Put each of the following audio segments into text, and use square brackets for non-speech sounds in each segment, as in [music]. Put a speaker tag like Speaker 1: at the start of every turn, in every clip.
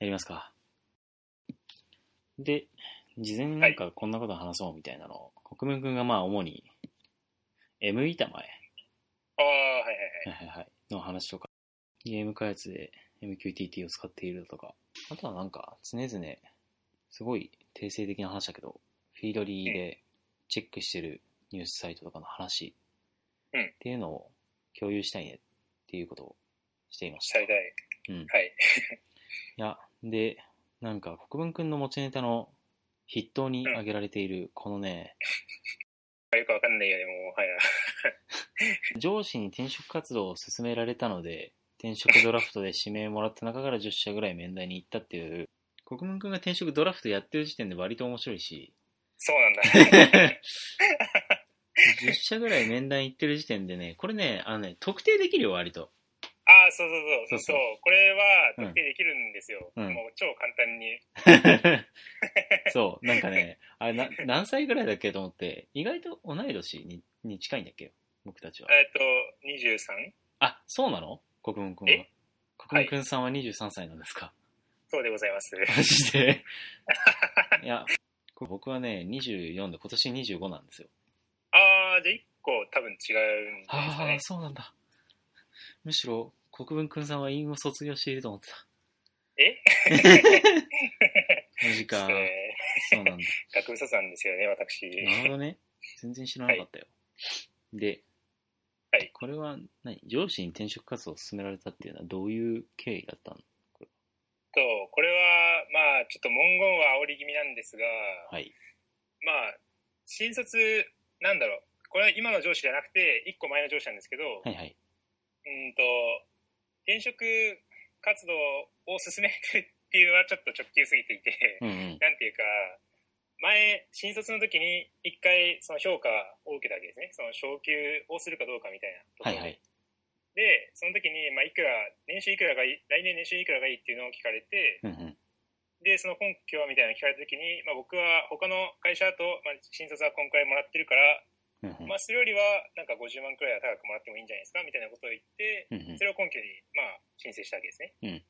Speaker 1: やりますか。で、事前になんかこんなこと話そうみたいなのを、国民君がまあ主に、M 板前
Speaker 2: ああ、はいはいはい。
Speaker 1: はいはいはいの話とか、ゲーム開発で MQTT を使っているとか、あとはなんか常々、すごい定性的な話だけど、フィードリーでチェックしてるニュースサイトとかの話
Speaker 2: うん
Speaker 1: っていうのを共有したいねっていうことをしていました。
Speaker 2: 最大。
Speaker 1: うん
Speaker 2: はい。
Speaker 1: いや、で、なんか国分くんの持ちネタの筆頭に挙げられているこのね、
Speaker 2: まあよくわかんないよね、もう、はいはい。 [laughs]
Speaker 1: 上司に転職活動を勧められたので、転職ドラフトで指名もらった中から10社ぐらい面談に行ったっていう、国分くんが転職ドラフトやってる時点で割と面白いし、
Speaker 2: そうなんだ。 [laughs]
Speaker 1: 10社ぐらい面談行ってる時点でね、これね、あのね、特定できるよ、割と。
Speaker 2: ああ、そうそうそう。
Speaker 1: そ
Speaker 2: そ
Speaker 1: そ
Speaker 2: う
Speaker 1: う
Speaker 2: うこれは特定できるんですよ。
Speaker 1: うん
Speaker 2: もう超簡単に。
Speaker 1: そう、なんかね、あれな、何歳ぐらいだっけと思って、意外と同い年にに近いんだっけ僕たちは。
Speaker 2: えっと、23?
Speaker 1: あ、そうなの国分くんは
Speaker 2: え。
Speaker 1: 国分くんさんは23歳なんですか、 [laughs]
Speaker 2: そうでござい [laughs] ます。
Speaker 1: マジで。いや、僕はね、24で、今年25なんですよ。
Speaker 2: ああ、じゃあ1個多分違うんですか
Speaker 1: あ
Speaker 2: ね
Speaker 1: あ、。そうなんだ。むしろ、国分くんさんは院を卒業していると思ってた。
Speaker 2: え
Speaker 1: [laughs] マジ
Speaker 2: ちょっ
Speaker 1: か
Speaker 2: と。ね
Speaker 1: そうなんだ。
Speaker 2: 学部卒なんですよね、私。
Speaker 1: なるほどね。全然知らなかったよ。で、
Speaker 2: はい
Speaker 1: これは何上司に転職活動を進められたっていうのはどういう経緯だったの
Speaker 2: と、これは、まあ、ちょっと文言は煽り気味なんですが、
Speaker 1: はい。
Speaker 2: まあ、新卒、なんだろう。これは今の上司じゃなくて、1個前の上司なんですけど、
Speaker 1: はいはい。
Speaker 2: うんと、転職活動を進めてるっていうのはちょっと直球すぎていて、
Speaker 1: うんうん。
Speaker 2: なんていうか、前、新卒の時に一回その評価を受けたわけですね。その昇給をするかどうかみたいなと
Speaker 1: は
Speaker 2: ころ
Speaker 1: い
Speaker 2: で。
Speaker 1: はい。
Speaker 2: で、その時に、まあ、いくら、年収いくらがいい、来年年収いくらがいいっていうのを聞かれて、
Speaker 1: うんうん。
Speaker 2: で、その根拠はみたいなのを聞かれた時に、まあ、僕は他の会社だと、まあ、新卒はこんくらいもらってるから、
Speaker 1: うんうん
Speaker 2: まあ、それよりは、なんか50万くらいは高くもらってもいいんじゃないですかみたいなことを言って、
Speaker 1: うんうん
Speaker 2: それを根拠に、まあ、申請したわけですね。
Speaker 1: うん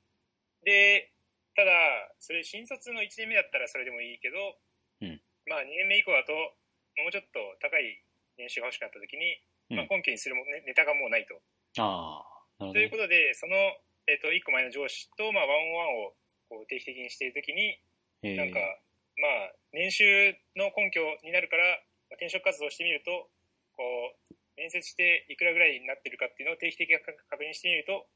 Speaker 2: で、ただ、それ新卒の1年目だったらそれでもいいけど、
Speaker 1: うん
Speaker 2: まあ、2年目以降だと、もうちょっと高い年収が欲しくなった時に、まあ、
Speaker 1: うん
Speaker 2: 根拠にするもねネタがもうないと。
Speaker 1: ああ、なるほど
Speaker 2: と
Speaker 1: ね
Speaker 2: いう。ことで、その、えっと1個前の上司と、まあ、ワンオンワンをこう定期的にしている時に、
Speaker 1: えー
Speaker 2: なんか、まあ、年収の根拠になるから、まあ転職活動をしてみると、こう、面接していくらぐらいになってるかっていうのを定期的に確認してみると、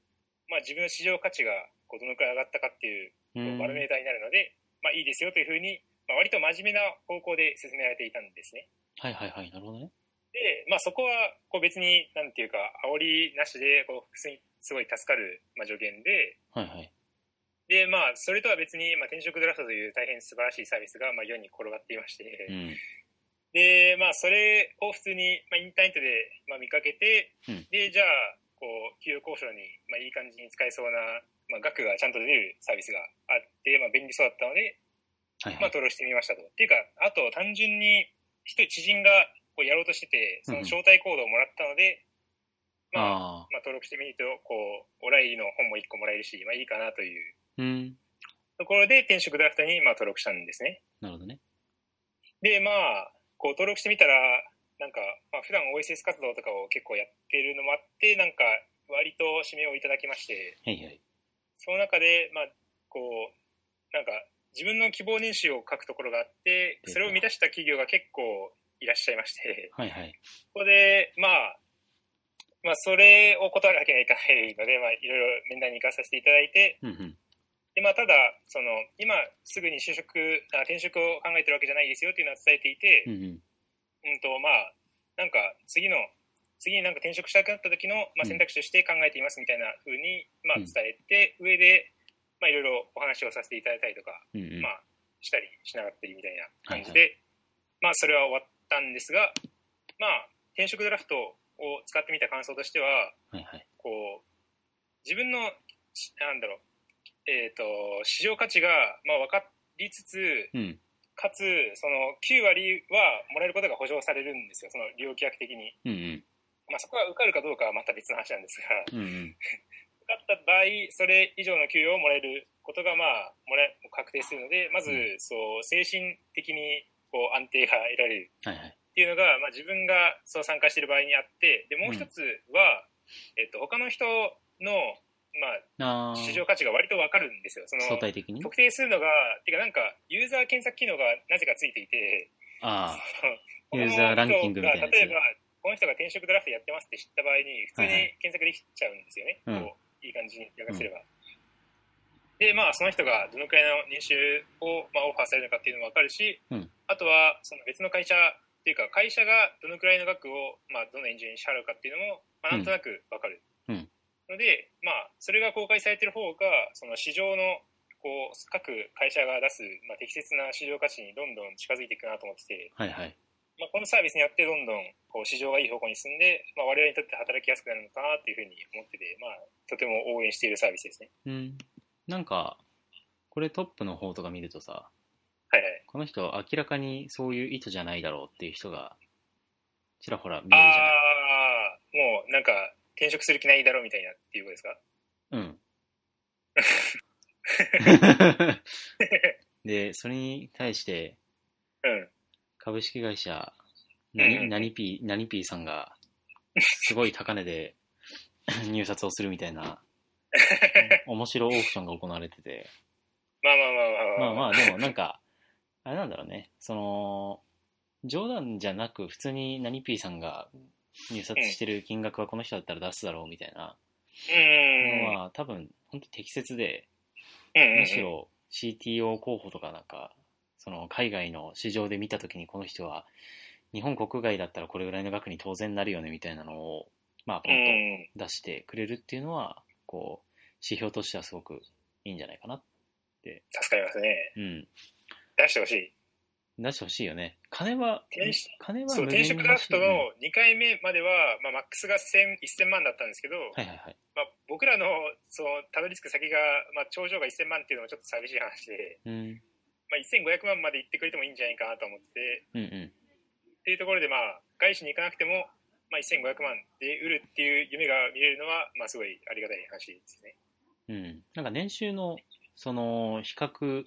Speaker 2: まあ、自分の市場価値がこうどのくらい上がったかっていう、
Speaker 1: う
Speaker 2: こ
Speaker 1: ん
Speaker 2: うバロメーターになるので、まあ、いいですよというふうに、まあ、割と真面目な方向で進められていたんですね。
Speaker 1: はいはいはい、なるほどね。
Speaker 2: で、まあ、そこは、こう別に、なんていうか、煽りなしで、こう、普通にすごい助かる、まあ、助言で、
Speaker 1: はいはい。
Speaker 2: で、まあ、それとは別に、まあ、転職ドラフトという大変素晴らしいサービスが、まあ、世に転がっていまして、
Speaker 1: うん。
Speaker 2: で、まあ、それを普通に、まあ、インターネットで、まあ、見かけて、
Speaker 1: うん
Speaker 2: で、じゃあ、こう、給与交渉に、まあ、いい感じに使えそうな、まあ、額がちゃんと出るサービスがあって、まあ、便利そうだったので、
Speaker 1: はいはい。
Speaker 2: まあ、登録してみましたと。っていうか、あと、単純に、一人知人が、こう、やろうとしてて、その招待コードをもらったので、
Speaker 1: ああ、
Speaker 2: まあ、まあ、登録してみると、こう、オライリの本も一個もらえるし、まあ、いいかなという
Speaker 1: うん。
Speaker 2: ところで、転職ドラフトに、まあ、登録したんですね。
Speaker 1: なるほどね。
Speaker 2: で、まあ、こう登録してみたら、なんか、まあ、普段 OSS 活動とかを結構やってるのもあって、なんか、割と指名をいただきまして、
Speaker 1: はいはい。
Speaker 2: その中で、まあ、こう、なんか、自分の希望年収を書くところがあって、それを満たした企業が結構いらっしゃいまして、 [laughs]
Speaker 1: はいはい。
Speaker 2: そこで、まあ、まあ、それを断るわけにはいかないので、まあ、いろいろ面談に行かさせていただいて、
Speaker 1: うんうん。
Speaker 2: で、まあ、ただ、その、今すぐに就職、あ転職を考えてるわけじゃないですよっていうのは伝えていて、
Speaker 1: うんうん。
Speaker 2: うんとまあなんか次の次になんか転職したくなった時の、ま
Speaker 1: う
Speaker 2: あ、
Speaker 1: ん
Speaker 2: 選択肢として考えていますみたいな風に、まあ
Speaker 1: うん
Speaker 2: 伝えて上で、まあ、いろいろお話をさせていただいたりとか、
Speaker 1: うんうん。
Speaker 2: まあしたりしなかったりみたいな感じ
Speaker 1: は
Speaker 2: で、まあそれは終わったんですがまあ転職ドラフトを使ってみた感想としては
Speaker 1: はいはい。
Speaker 2: こう自分のしなんだろうえっ、と市場価値が、まあ、分かりつつ
Speaker 1: うん。
Speaker 2: かつその9割はもらえることが補助されるんですよその利用規約的に、
Speaker 1: うんうん。
Speaker 2: まあ、そこが受かるかどうかはまた別の話なんですが
Speaker 1: うんうん。
Speaker 2: 受かった場合それ以上の給与をもらえることが、まあ、もらえ確定するので、まず、
Speaker 1: うん
Speaker 2: そう、精神的に、こう、安定が得られる
Speaker 1: はいはい。
Speaker 2: っていうのが、まあ、自分が、そう、参加している場合にあって、で、もう一つは、えっと、他の人の、ま
Speaker 1: あ
Speaker 2: あ、市場
Speaker 1: ー
Speaker 2: 価値が割とわかるんですよ。その、
Speaker 1: 相対的に
Speaker 2: 特定するのが、てかなんか、ユーザー検索機能がなぜかついていて、
Speaker 1: ああ。
Speaker 2: 他の
Speaker 1: ユーザーランキングみたいなやつ
Speaker 2: 人が例えば、この人が転職ドラフトやってますって知った場合に、普通に検索できちゃうんですよね。
Speaker 1: はいはい
Speaker 2: こういい感じに逆すれば。で、まあ、その人がどのくらいの年収を、まあ、オファーされるのかっていうのもわかるし、
Speaker 1: うん
Speaker 2: あとは、その別の会社っていうか、会社がどのくらいの額を、まあ、どのエンジニアに支払うかっていうのも、まあ、なんとなくわかる。
Speaker 1: うん
Speaker 2: ので、まあ、それが公開されてる方が、その市場のこう各会社が出す、まあ、適切な市場価値にどんどん近づいていくなと思ってて、
Speaker 1: はいはい。
Speaker 2: まあ、このサービスによってどんどんこう市場がいい方向に進んで、まあ、我々にとって働きやすくなるのかなっていうふうに思ってて、まあ、とても応援しているサービスですね。
Speaker 1: うん。なんか、これトップの方とか見るとさ、
Speaker 2: はいはい。
Speaker 1: この人明らかにそういう意図じゃないだろうっていう人が、ちらほら見えるじ
Speaker 2: ああ、もうなんか転職する気ないだろうみたいなっていうことですか
Speaker 1: ゃない。うん。で、それに対して、
Speaker 2: うん。
Speaker 1: 株式会社、
Speaker 2: う
Speaker 1: 何、
Speaker 2: ん
Speaker 1: 何 P、何 P さんが、すごい高値で [laughs] 入札をするみたいな、面白オークションが行われてて、
Speaker 2: まあまあま
Speaker 1: まあ
Speaker 2: あまあ
Speaker 1: ま
Speaker 2: あ。
Speaker 1: あ、でもなんか、あれなんだろうね、その、冗談じゃなく、普通に何 P さんが入札してる金額はこの人だったら出すだろうみたいな
Speaker 2: うん。
Speaker 1: のは、多分、本当に適切で、
Speaker 2: うんうん
Speaker 1: むしろ CTO 候補とかなんか、その海外の市場で見たときにこの人は、日本国外だったらこれぐらいの額に当然なるよねみたいなのを、まあ、
Speaker 2: う
Speaker 1: ポン
Speaker 2: ん。
Speaker 1: と出してくれるっていうのは、こう、指標としてはすごくいいんじゃないかな。
Speaker 2: 助かりますね。
Speaker 1: うん。
Speaker 2: 出してほしい。
Speaker 1: 出してほしいよね。金は
Speaker 2: 転職、
Speaker 1: 金は
Speaker 2: そう、
Speaker 1: 無限
Speaker 2: 転
Speaker 1: に
Speaker 2: 職ドラ
Speaker 1: 欲
Speaker 2: フ
Speaker 1: しい
Speaker 2: ト
Speaker 1: よ
Speaker 2: の
Speaker 1: ね
Speaker 2: 2回目までは、まあ、マックスが1000 1000万だったんですけど、
Speaker 1: はいはいはい。
Speaker 2: まあ、僕らのそのたどり着く先が、まあ、頂上が1000万っていうのもちょっと寂しい話で、
Speaker 1: うん。
Speaker 2: まあ、1500万まで行ってくれてもいいんじゃないかなと思って
Speaker 1: うんうん。
Speaker 2: っていうところで、まあ、外資に行かなくても、まあ、1500万で売るっていう夢が見れるのは、まあ、すごいありがたい話ですね。
Speaker 1: うん。なんか年収の、その、比較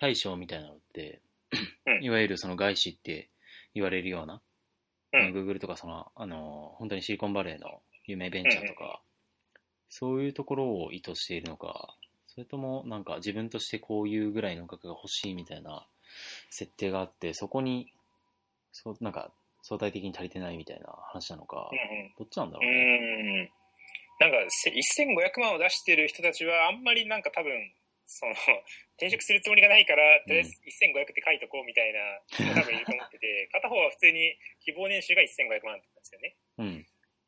Speaker 1: 対象みたいなのって
Speaker 2: う、ん
Speaker 1: いわゆるその外資って言われるような、
Speaker 2: うん
Speaker 1: まあ Google とかその、あの、本当にシリコンバレーの有名ベンチャーとか、そういうところを意図しているのか、それともなんか自分としてこういうぐらいの額が欲しいみたいな設定があって、そこに、そう、なんか相対的に足りてないみたいな話なのか、どっちなんだろ
Speaker 2: うん
Speaker 1: うね。
Speaker 2: うん、うんなんかせ1500万を出してる人たちは、あんまりなんか多分その転職するつもりがないから、とりあえず1500って書いとこうみたいな人も多分いると思ってて、片方は普通に希望年収が1500万だったんですよね。
Speaker 1: うん。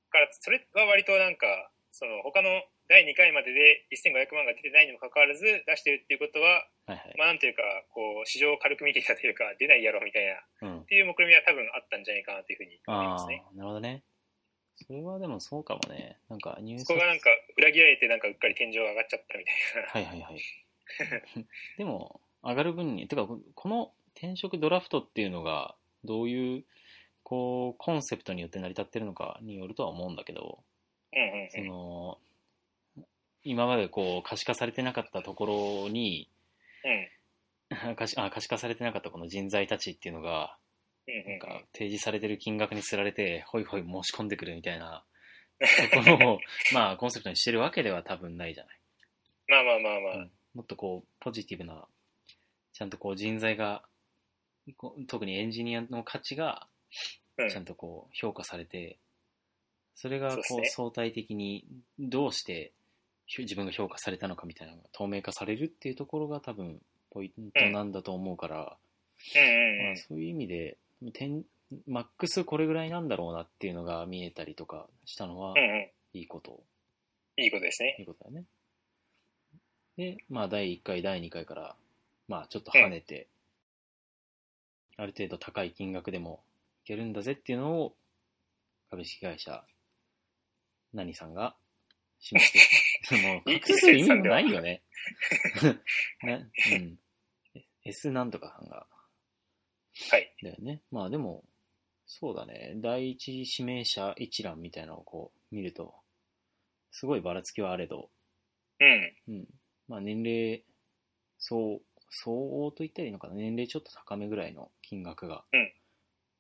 Speaker 2: だからそれは割となんかその他の第2回までで1500万が出てないにもかかわらず出してるっていうことは、
Speaker 1: はいはい。
Speaker 2: まあ、なんというかこう市場を軽く見ていたというか出ないやろみたいなっ
Speaker 1: うん。
Speaker 2: ていう目論みは多分あったんじゃないかなというふうに思い
Speaker 1: ああ
Speaker 2: ますね。
Speaker 1: ー、なるほどね。それはでもそうかもね。なんか入
Speaker 2: そこがなんか裏切られてなんかうっかり天井上がっちゃったみたいな。
Speaker 1: はいはいはい。 [laughs] でも、上がる分に、てか、この転職ドラフトっていうのが、どういう、こう、コンセプトによって成り立ってるのかによるとは思うんだけど、
Speaker 2: [laughs] うんうん
Speaker 1: その、今までこう、可視化されてなかったところに、 [laughs]
Speaker 2: うん。
Speaker 1: 可視あ可視化されてなかったこの人材たちっていうのが、
Speaker 2: うんう
Speaker 1: なん
Speaker 2: ん
Speaker 1: か提示されてる金額につられて、ほいほい申し込んでくるみたい
Speaker 2: [laughs]
Speaker 1: なところを、まあ、コンセプトにしてるわけでは多分ないじゃない。
Speaker 2: まあまあまあまあ。
Speaker 1: うんもっとこう、ポジティブな、ちゃんとこう人材が、こう特にエンジニアの価値が
Speaker 2: うん、
Speaker 1: ちゃんとこう評価されて、それが
Speaker 2: そうっす
Speaker 1: こう
Speaker 2: ね
Speaker 1: 相対的にどうしてひょ自分が評価されたのかみたいなのが透明化されるっていうところが多分ポイントなんだと思うから、
Speaker 2: うんうん
Speaker 1: ま
Speaker 2: うん
Speaker 1: あ、そういう意味で、点マックスこれぐらいなんだろうなっていうのが見えたりとかしたのは
Speaker 2: う、んう
Speaker 1: いいこと、
Speaker 2: ん。いいことですね。
Speaker 1: いいことだね。で、まあ、第1回、第2回から、まあ、ちょっと跳ねて、ある程度高い金額でもいけるんだぜっていうのを、株式会社、何さんが示して
Speaker 2: [laughs]
Speaker 1: きた。もう、隠す意味もないよね。 [laughs] ね、うん。S なんとかさんが、
Speaker 2: はい。
Speaker 1: だよね。まあでも、そうだね。第一指名者一覧みたいなのをこう見ると、すごいばらつきはあれど、
Speaker 2: うん。
Speaker 1: うん。まあ年齢、そう、相応と言ったらいいのかな。年齢ちょっと高めぐらいの金額が
Speaker 2: うん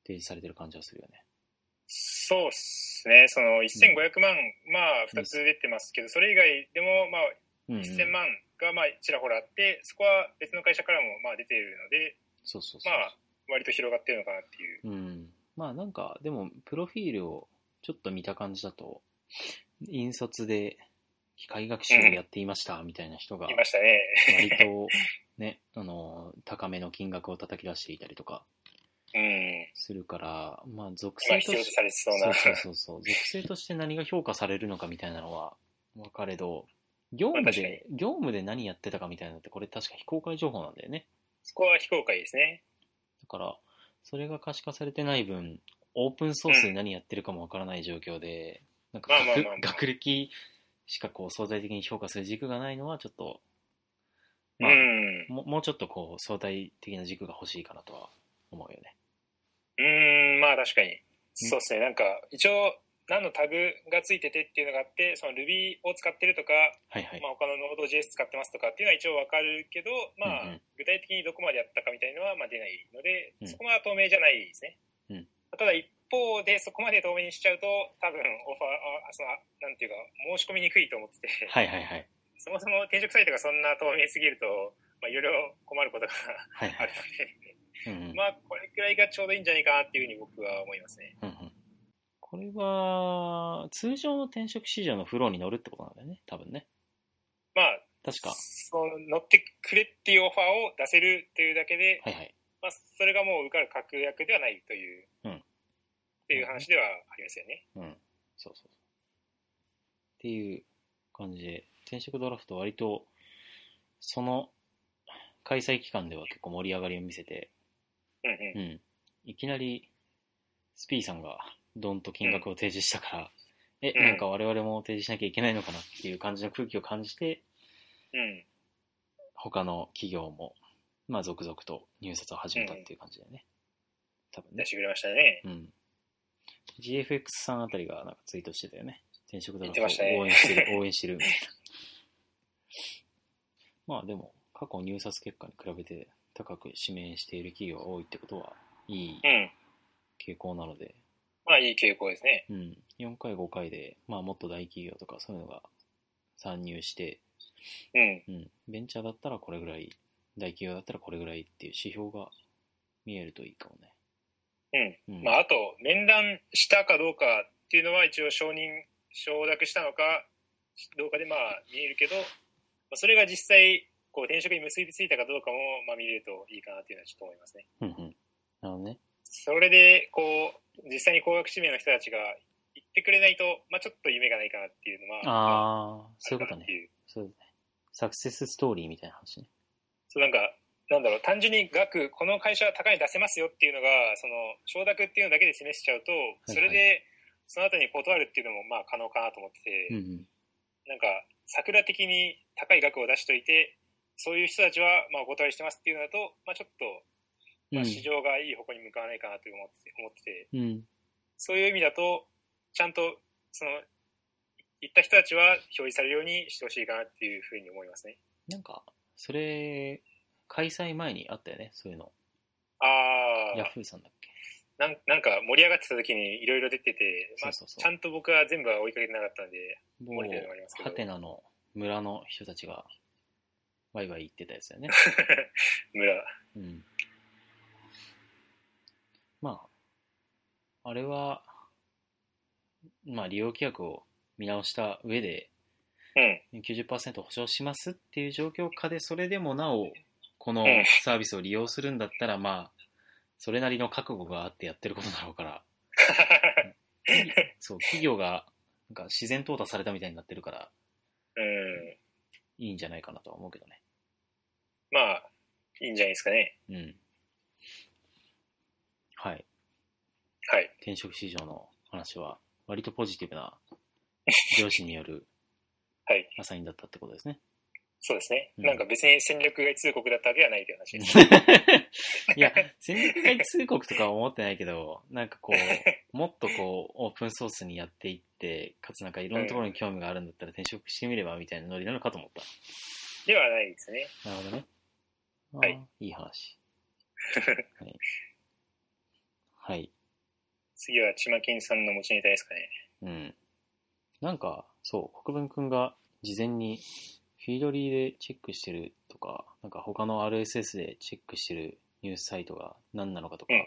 Speaker 1: 提示されてる感じはするよね。
Speaker 2: そうっすね、その1500万、まあ2つ出てますけど、それ以外でも、まあ、
Speaker 1: うん、うん。
Speaker 2: 1000万がまあちらほらあって、そこは別の会社からもまあ出ているので、
Speaker 1: そうそうそう。
Speaker 2: まあ、割と広がってるのかなっていう。
Speaker 1: うん。まあなんか、でも、プロフィールをちょっと見た感じだと、引率で機械学習をやっていました、みたいな人が、
Speaker 2: いましたね。
Speaker 1: 割と、ね、あの、高めの金額を叩き出していたりとか
Speaker 2: うん。
Speaker 1: するから、まあ属
Speaker 2: まあ、
Speaker 1: 性
Speaker 2: 必
Speaker 1: と
Speaker 2: 要と
Speaker 1: して
Speaker 2: さ、れてそう
Speaker 1: そう
Speaker 2: な。
Speaker 1: そうそうそう、属性として何が評価されるのかみたいなのは、分かれど、業務
Speaker 2: まあ確か
Speaker 1: で、業務で何やってたかみたいなのって、これ確か非公開情報なんだよね。
Speaker 2: そこは非公開ですね。
Speaker 1: だから、それが可視化されてない分、オープンソースで何やってるかもわからない状況で、なんか
Speaker 2: まあまあ
Speaker 1: 学
Speaker 2: まあまあ
Speaker 1: 学歴しかこう相対的に評価する軸がないのはちょっと、
Speaker 2: う
Speaker 1: まあ、
Speaker 2: ん。
Speaker 1: ももうちょっとこう相対的な軸が欲しいかなとは思うよね。
Speaker 2: うん、まあ確かに。そうですね、なんか、一応、何のタグがついててっていうのがあって、その Ruby を使ってるとか、
Speaker 1: はいはい。
Speaker 2: まあ、他の Node.js 使ってますとかっていうのは一応わかるけど、ま
Speaker 1: うんう
Speaker 2: あ、
Speaker 1: ん
Speaker 2: 具体的にどこまでやったかみたいのはまあ出ないので、
Speaker 1: うん
Speaker 2: そこは透明じゃないですね。
Speaker 1: うん
Speaker 2: ただ一方で、そこまで透明にしちゃうと、多分オファーあ、その、なんていうか、申し込みにくいと思って [laughs] て、
Speaker 1: はいはいはい。
Speaker 2: そもそも転職サイトがそんな透明すぎると、まあ、いろいろ困ることが [laughs]
Speaker 1: はい
Speaker 2: あ
Speaker 1: は
Speaker 2: る
Speaker 1: い。
Speaker 2: ので、
Speaker 1: うんうん
Speaker 2: まあ、これくらいがちょうどいいんじゃないかなっていうふうに僕は思いますね。
Speaker 1: うんうんこれは、通常の転職市場のフローに乗るってことなんだよね、多分ね。
Speaker 2: まあ、
Speaker 1: 確か。
Speaker 2: その乗ってくれっていうオファーを出せるというだけで、
Speaker 1: はいはい。
Speaker 2: まあ、それがもう受かる確約ではないという、
Speaker 1: うん
Speaker 2: っていう話ではありますよね。
Speaker 1: うん。そうそうそう。っていう感じで、転職ドラフト割と、その開催期間では結構盛り上がりを見せて、
Speaker 2: うん
Speaker 1: う
Speaker 2: うん。
Speaker 1: ん。いきなり、スピーさんがドンと金額を提示したから、え、
Speaker 2: うん
Speaker 1: なんか我々も提示しなきゃいけないのかなっていう感じの空気を感じて、
Speaker 2: うん。
Speaker 1: 他の企業も、まあ続々と入札を始めたっていう感じだよね。多分ね
Speaker 2: 出し。てくれましたね。
Speaker 1: うん。GFX さんあたりがなんかツイートしてたよね。転職ドラフ
Speaker 2: 言ってましたね
Speaker 1: ト応援してる、応援してるみたいな。 [laughs] まあでも、過去入札結果に比べて高く指名している企業が多いってことは、いい
Speaker 2: うん。
Speaker 1: 傾向なので、
Speaker 2: まあ、いい傾向ですね。
Speaker 1: うん。4回、5回で、まあもっと大企業とかそういうのが参入して、
Speaker 2: うん。
Speaker 1: うん。ベンチャーだったらこれぐらい、大企業だったらこれぐらいっていう指標が見えるといいかもね。うん。
Speaker 2: まあ、あと、面談したかどうかっていうのは、一応承認、承諾したのか、どうかでまあ、見えるけど、まあ、それが実際、こう、転職に結びついたかどうかも、まあ、見れるといいかなっていうのはちょっと思いますね。
Speaker 1: うんうん。なるほどね。
Speaker 2: それで、こう、実際に高額指名の人たちが言ってくれないと、まあ、ちょっと夢がないかなっていうのは、あ、
Speaker 1: ああ、そういうことね
Speaker 2: って。いう
Speaker 1: そうだね。サクセスストーリーみたいな話ね。
Speaker 2: そうなんか、なんだろう、単純に額、この会社は高い出せますよっていうのが、その、承諾っていうのだけで示しちゃうと、
Speaker 1: い
Speaker 2: それで、その後に断るっていうのも、まあ、可能かなと思ってて、
Speaker 1: ん。
Speaker 2: なんか、桜的に高い額を出しといて、そういう人たちは、まあ、お断りしてますっていうのだと、まあ、ちょっと、まあ、市場がいい方向に向かわないかなと思って思ってて、
Speaker 1: うん。
Speaker 2: そういう意味だと、ちゃんと、その、行った人たちは表示されるようにしてほしいかなっていうふうに思いますね。
Speaker 1: なんか、それ、開催前にあったよね、そういうの。
Speaker 2: ああ。
Speaker 1: ヤフーさんだっけ。
Speaker 2: なんなんか盛り上がってた時にいろいろ出てて、まあ、
Speaker 1: そうそうそう
Speaker 2: ちゃんと僕は全部は追いかけてなかったんで、
Speaker 1: 某
Speaker 2: 盛り上がりますけど
Speaker 1: ハテナの村の人たちが、ワイワイ言ってたやつだよ
Speaker 2: [laughs]
Speaker 1: ね。
Speaker 2: 村。
Speaker 1: うん。まあ、あれは、まあ、利用規約を見直した上で、
Speaker 2: うん。 [laughs]
Speaker 1: 90%保証しますっていう状況下で、それでもなお、この
Speaker 2: うん
Speaker 1: サービスを利用するんだったら、まあ、それなりの覚悟があってやってることだろう
Speaker 2: [laughs]
Speaker 1: から、そう、企業が、なんか自然淘汰されたみたいになってるから、
Speaker 2: うん。
Speaker 1: いいんじゃないかなとは思うけどね。
Speaker 2: まあ、いいんじゃないですかね。
Speaker 1: うん。はい。
Speaker 2: はい。
Speaker 1: 転職市場の話は、割とポジティブな、上司による
Speaker 2: [laughs] はい。
Speaker 1: アサインだったってことですね。
Speaker 2: そうですね。
Speaker 1: うん
Speaker 2: なんか別に戦力外通告だったわけではないという話です。
Speaker 1: [laughs]
Speaker 2: [laughs]
Speaker 1: いや、戦略会通告とかは思ってないけど、なんかこう、
Speaker 2: [laughs]
Speaker 1: もっとこう、オープンソースにやっていって、かつなんかいろんなところに興味があるんだったら転職してみればみたいなノリなのかと思った。
Speaker 2: ではないですね。
Speaker 1: なるほどね。あー
Speaker 2: はい。
Speaker 1: いい
Speaker 2: [laughs]
Speaker 1: 話。はい。はい。
Speaker 2: 次はちまきんさんの持ちネタですかね。
Speaker 1: うん。なんか、そう、国分くんが事前にフィードリーでチェックしてるとか、なんか他の RSS でチェックしてるニュースサイトが何なのかとか、
Speaker 2: うん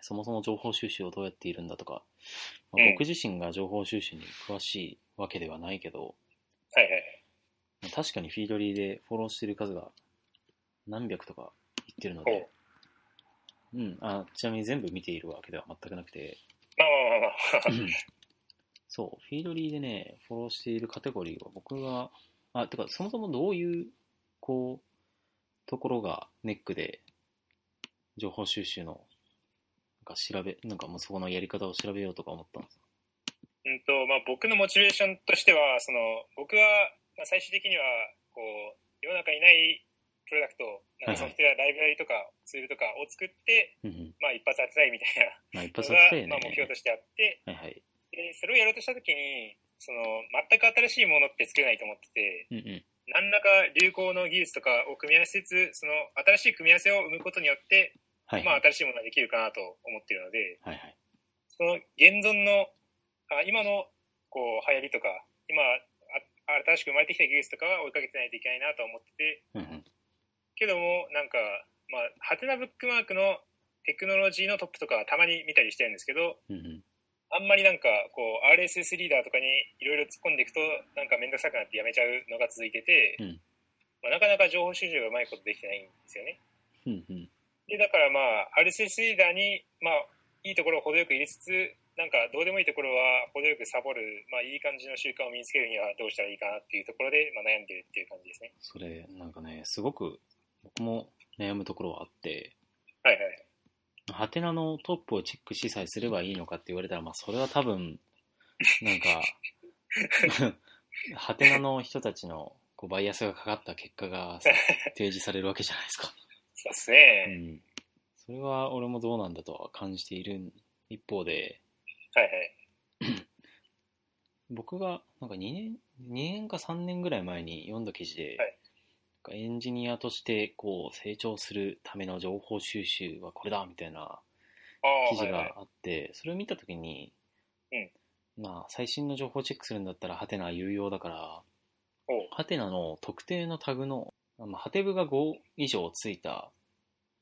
Speaker 1: そもそも情報収集をどうやっているんだとか、まあ
Speaker 2: うん
Speaker 1: 僕自身が情報収集に詳しいわけではないけど、
Speaker 2: はいはい。
Speaker 1: まあ確かにフィードリーでフォローしてる数が何百とかいってるの
Speaker 2: ほ
Speaker 1: で
Speaker 2: う、。
Speaker 1: うん、あちなみに全部見ているわけでは全くなくて、
Speaker 2: まあまあまあまあ。
Speaker 1: そう、フィードリーでね、フォローしているカテゴリーは僕が、あ、てか、そもそもどういう、こう、ところがネックで、情報収集の、なんか調べ、なんかもうそこのやり方を調べようとか思ったんです。
Speaker 2: うんと、まあ僕のモチベーションとしては、その、僕は、まあ、最終的には、こう、世の中にないプロダクト、なんかソフトウェア、ライブラリとかツールとかを作って、
Speaker 1: うんうん。
Speaker 2: まあ一発当てたいみたい
Speaker 1: ま
Speaker 2: な
Speaker 1: あ、一
Speaker 2: の
Speaker 1: 発
Speaker 2: が
Speaker 1: 当てたいよ、
Speaker 2: ま
Speaker 1: ね
Speaker 2: あ。目標としてあって、
Speaker 1: はいはい。
Speaker 2: でそれをやろうとした時に、その、全く新しいものって作れないと思ってて、
Speaker 1: うんうん。
Speaker 2: 何らか流行の技術とかを組み合わせつつ、その新しい組み合わせを生むことによって、
Speaker 1: はい、
Speaker 2: ま
Speaker 1: は
Speaker 2: あ
Speaker 1: い。
Speaker 2: 新しいものができるかなと思ってるので、
Speaker 1: はいはい。
Speaker 2: その現存の、あ今のこう流行りとか、今あ新しく生まれてきた技術とかは追いかけてないといけないなとは思ってて、
Speaker 1: うんうん。
Speaker 2: けどもなんか、まあ、ハテナブックマークのテクノロジーのトップとかはたまに見たりしてるんですけど、
Speaker 1: うんうん。
Speaker 2: あんまりなんかこう RSS リーダーとかにいろいろ突っ込んでいくとなんか面倒くさくなってやめちゃうのが続いてて、
Speaker 1: うん
Speaker 2: まあ、なかなか情報収集がうまいことできてないんですよね。
Speaker 1: うんうん。
Speaker 2: でだからまあ RSS リーダーに、まあ、いいところを程よく入れつつなんかどうでもいいところは程よくサボる、まあ、いい感じの習慣を身につけるにはどうしたらいいかなっていうところで、まあ、悩んでるっていう感じですね。
Speaker 1: それ、なんかね、すごく、僕も悩むところはあって、
Speaker 2: はいはい。
Speaker 1: ハテナのトップをチェックしさえすればいいのかって言われたら、まあ、それは多分、なん
Speaker 2: [laughs]
Speaker 1: か、ハテナの人たちのこうバイアスがかかった結果がさ提示されるわけじゃないですか。
Speaker 2: そうです
Speaker 1: う
Speaker 2: ね。
Speaker 1: ん。それは俺もどうなんだとは感じている一方で、
Speaker 2: はいはい。
Speaker 1: 僕がなんか2年、2年か3年ぐらい前に読んだ記事で、
Speaker 2: はい
Speaker 1: なんかエンジニアとしてこう成長するための情報収集はこれだみたいな
Speaker 2: ああ、
Speaker 1: 記
Speaker 2: は
Speaker 1: 事
Speaker 2: いはい
Speaker 1: が。あって、それを見たときに、まあ、最新の情報をチェックするんだったら、ハテナは有用だから、
Speaker 2: おう
Speaker 1: ハテナの特定のタグの、まあ、ハテブが5以上ついた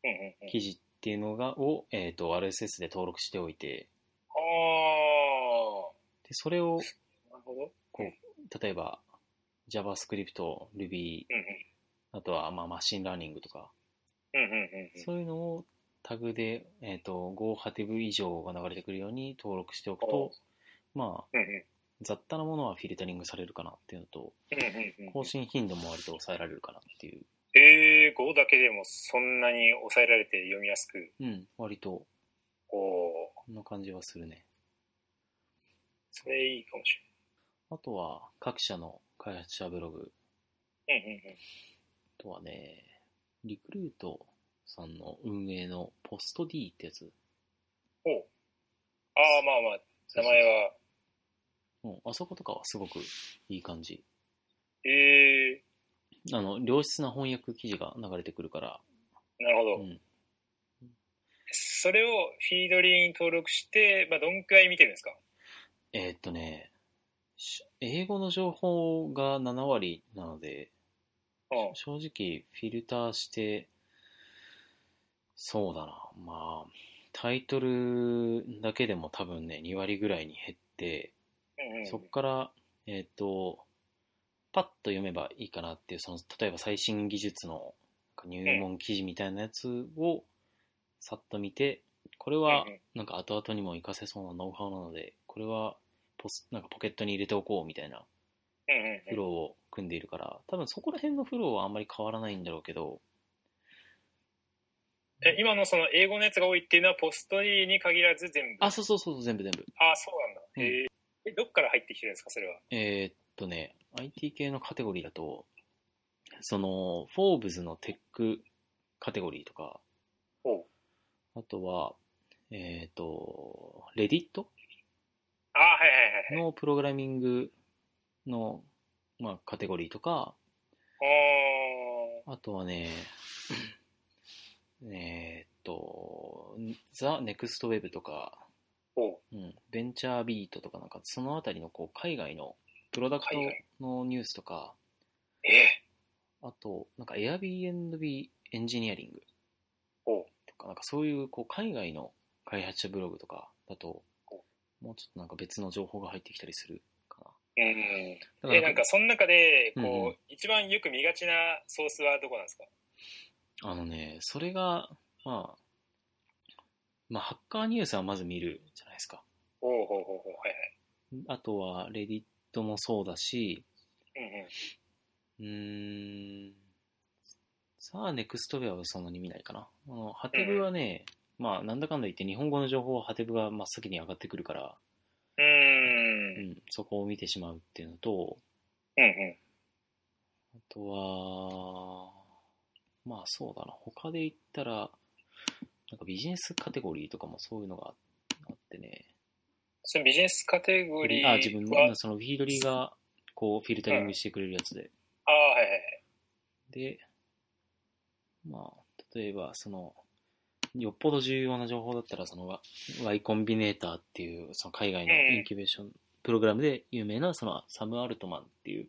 Speaker 2: うんうんうん。
Speaker 1: 記事っていうのが、を、えっ、と、RSS で登録しておいて、
Speaker 2: ああ
Speaker 1: で、それを、
Speaker 2: ー、なるほど。
Speaker 1: 例えば、JavaScript、Ruby、
Speaker 2: うんうん。
Speaker 1: あとは、まあ、マシンラーニングとか、
Speaker 2: うんうんうんうん。
Speaker 1: そういうのをタグで、えっ、と、5ハテブ以上が流れてくるように登録しておくと、まあ、
Speaker 2: うんうん
Speaker 1: 雑多なものはフィルタリングされるかなっていうのと、
Speaker 2: うんうんうん
Speaker 1: 更新頻度も割と抑えられるかなっていう、
Speaker 2: えー、5だけでもそんなに抑えられて読みやすく、
Speaker 1: うん、割と、
Speaker 2: おー
Speaker 1: こんな感じはするね。
Speaker 2: それいいかもし
Speaker 1: あとは、各社の開発者ブログ、
Speaker 2: れない。うんうんうん。
Speaker 1: あとはね、リクルートさんの運営のポスト D ってやつ。
Speaker 2: おうああ、まあまあ、名前は。
Speaker 1: もう、あそことかはすごくいい感じ。
Speaker 2: え
Speaker 1: あの、良質な翻訳記事が流れてくるから、
Speaker 2: ー、なるほ
Speaker 1: う
Speaker 2: ど。
Speaker 1: ん。
Speaker 2: それをフィードリーに登録して、まあ、どんくらい見てるんですか
Speaker 1: えーっとね、し英語の情報が7割なので、
Speaker 2: うん。
Speaker 1: 正直フィルターしてそうだなまあタイトルだけでも多分ね2割ぐらいに減って
Speaker 2: うんうん。
Speaker 1: そっからえっ、とパッと読めばいいかなっていうその例えば最新技術の入門記事みたいなやつをさっと見てこれは
Speaker 2: うんうん
Speaker 1: なんか後々にも活かせそうなノウハウなのでこれはポスなんかポケットに入れておこうみたいな
Speaker 2: うんうん
Speaker 1: フ
Speaker 2: うん。
Speaker 1: ローを組んでいるから、多分そこら辺のフローはあんまり変わらないんだろうけど、
Speaker 2: え今のその英語のやつが多いっていうのは、ポストリーに限らず全部。
Speaker 1: あ、そうそうそうそう、全部全部。
Speaker 2: ああ、そうなんだ。
Speaker 1: うん
Speaker 2: えー、えどっから入ってきてるんですか、それは。
Speaker 1: えーっとね、IT 系のカテゴリーだと、その、フォーブズのテックカテゴリーとか、
Speaker 2: おう
Speaker 1: あとは、えーっと、レディット
Speaker 2: ああ、はいはいはいはい。
Speaker 1: のプログラミングの、まあ、カテゴリーとか、
Speaker 2: あ
Speaker 1: あとはね、 [coughs] えーっと、ザ・ネクストウェブとか、
Speaker 2: ーお
Speaker 1: う
Speaker 2: う
Speaker 1: ん、ベンチャービートとかなんか、そのあたりのこう海外のプロダクト
Speaker 2: 海外
Speaker 1: のニュースとか、
Speaker 2: ええ
Speaker 1: あと、なんか Airbnb エンジニアリング
Speaker 2: おう
Speaker 1: とか、なんかそういうこう海外の開発者ブログとかだと、もうちょっとなんか別の情報が入ってきたりするか
Speaker 2: うん
Speaker 1: な。
Speaker 2: え、なんか、その中で、こう、
Speaker 1: うんうん
Speaker 2: 一番よく見がちなソースはどこなんですか
Speaker 1: あのね、それが、まあ、まあ、ハッカーニュースはまず見るじゃないですか。
Speaker 2: おうほうほうほう、はいはい。
Speaker 1: あとは、レディットもそうだし、
Speaker 2: うんうん。
Speaker 1: うーん、さあ、ネクストウェアはそんなに見ないかな。あの、ハテブはね、まあ、なんだかんだ言って日本語の情報はハテブが真っ先に上がってくるから、
Speaker 2: う。
Speaker 1: うんん、そこを見てしまうっていうのと、
Speaker 2: うんうん。
Speaker 1: あとは、まあそうだな、他で言ったら、なんかビジネスカテゴリーとかもそういうのがあってね、
Speaker 2: そのビジネスカテゴリーは。
Speaker 1: あ自分
Speaker 2: あ
Speaker 1: の、そのフィードリーが、こう、フィルタリングしてくれるやつで。
Speaker 2: あ、はいはいはい。
Speaker 1: で、まあ、例えば、その、よっぽど重要な情報だったら、その、ワ Y コンビネーターっていう、その海外の
Speaker 2: うん
Speaker 1: インキュベーションプログラムで有名な、その、サム・アルトマンっていう、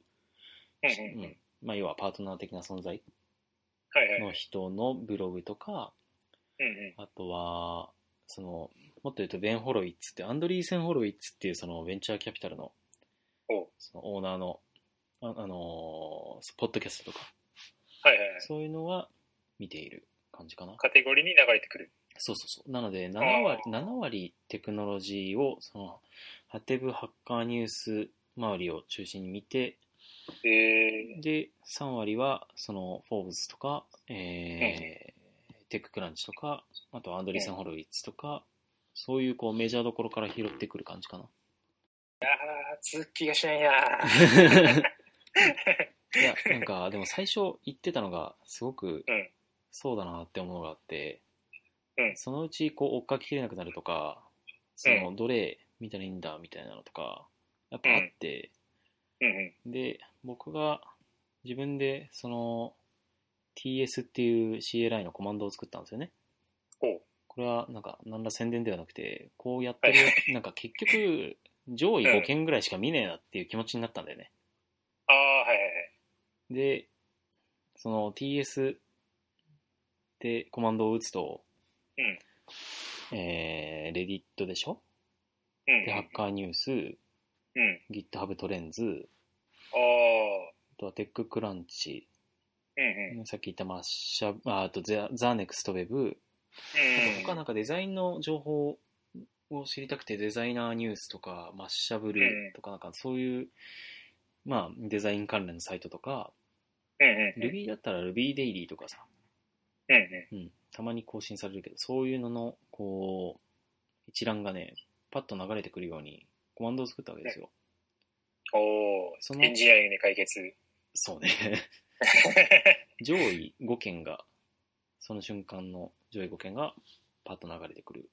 Speaker 2: うんうん。
Speaker 1: うんまあ、要はパートナー的な存在
Speaker 2: はいはい。
Speaker 1: の人のブログとか、
Speaker 2: うんうん。
Speaker 1: あとは、その、もっと言うと、ベン・ホロウィッツって、アンドリーセン・ホロウィッツっていう、その、ベンチャーキャピタルの
Speaker 2: おう
Speaker 1: そのオーナーの、あ、あのーポッドキャストとか、
Speaker 2: はいはいはい。
Speaker 1: そういうのは見ている感じかな。
Speaker 2: カテゴリーに流れてくる。
Speaker 1: そうそうそう。なので、7割、
Speaker 2: あー
Speaker 1: 7割テクノロジーを、その、ハテブハッカーニュース周りを中心に見て、
Speaker 2: ええ
Speaker 1: で、3割は、その、フォーブスとか、えー、テッククランチとか、あとアンドリーセン・ホロウィッツとか、そういうこうメジャーどころから拾ってくる感じかな。
Speaker 2: ああ、続きがしない
Speaker 1: [laughs]
Speaker 2: な。
Speaker 1: い
Speaker 2: [laughs]
Speaker 1: や、なんか、でも最初言ってたのが、すごく
Speaker 2: うん、
Speaker 1: そうだなって思うのがあって、
Speaker 2: うん
Speaker 1: そのうち、こう、追っかけきれなくなるとか、その、どれ見たらいいんだみたいなのとか、やっぱあって、
Speaker 2: うんうん。
Speaker 1: で、僕が自分で、その、TS っていう CLI のコマンドを作ったんですよね。
Speaker 2: おう
Speaker 1: これは、なんか、何ら宣伝ではなくて、こうやってる、なんか結局、上位5件ぐらいしか見ねえなっていう気持ちになったんだよね。
Speaker 2: ああ、はいはいはい。
Speaker 1: で、その TS でコマンドを打つと、えー、Reddit でしょ
Speaker 2: うん
Speaker 1: で、ハッカーニュース、
Speaker 2: うん。うん。
Speaker 1: GitHub トレンズ、
Speaker 2: ああ、
Speaker 1: あとはテッククランチ、
Speaker 2: うんうん。
Speaker 1: さっき言ったマッシャああとザザネクストウェブ、
Speaker 2: うん。
Speaker 1: 他なんかデザインの情報を知りたくてデザイナーニュースとか、マッシャブルとかなんかそういう、まあデザイン関連のサイトとか、
Speaker 2: うんうん。
Speaker 1: Ruby だったら Ruby Daily とかさ、
Speaker 2: うんう
Speaker 1: うん、たまに更新されるけど、そういうのの、こう、一覧がね、パッと流れてくるように、コマンドを作ったわけですよ。
Speaker 2: ん。おお
Speaker 1: そ、の
Speaker 2: エンジニアリングで解決。
Speaker 1: そうね。上位5件が、その瞬間の上位5件が、パッと流れてくる。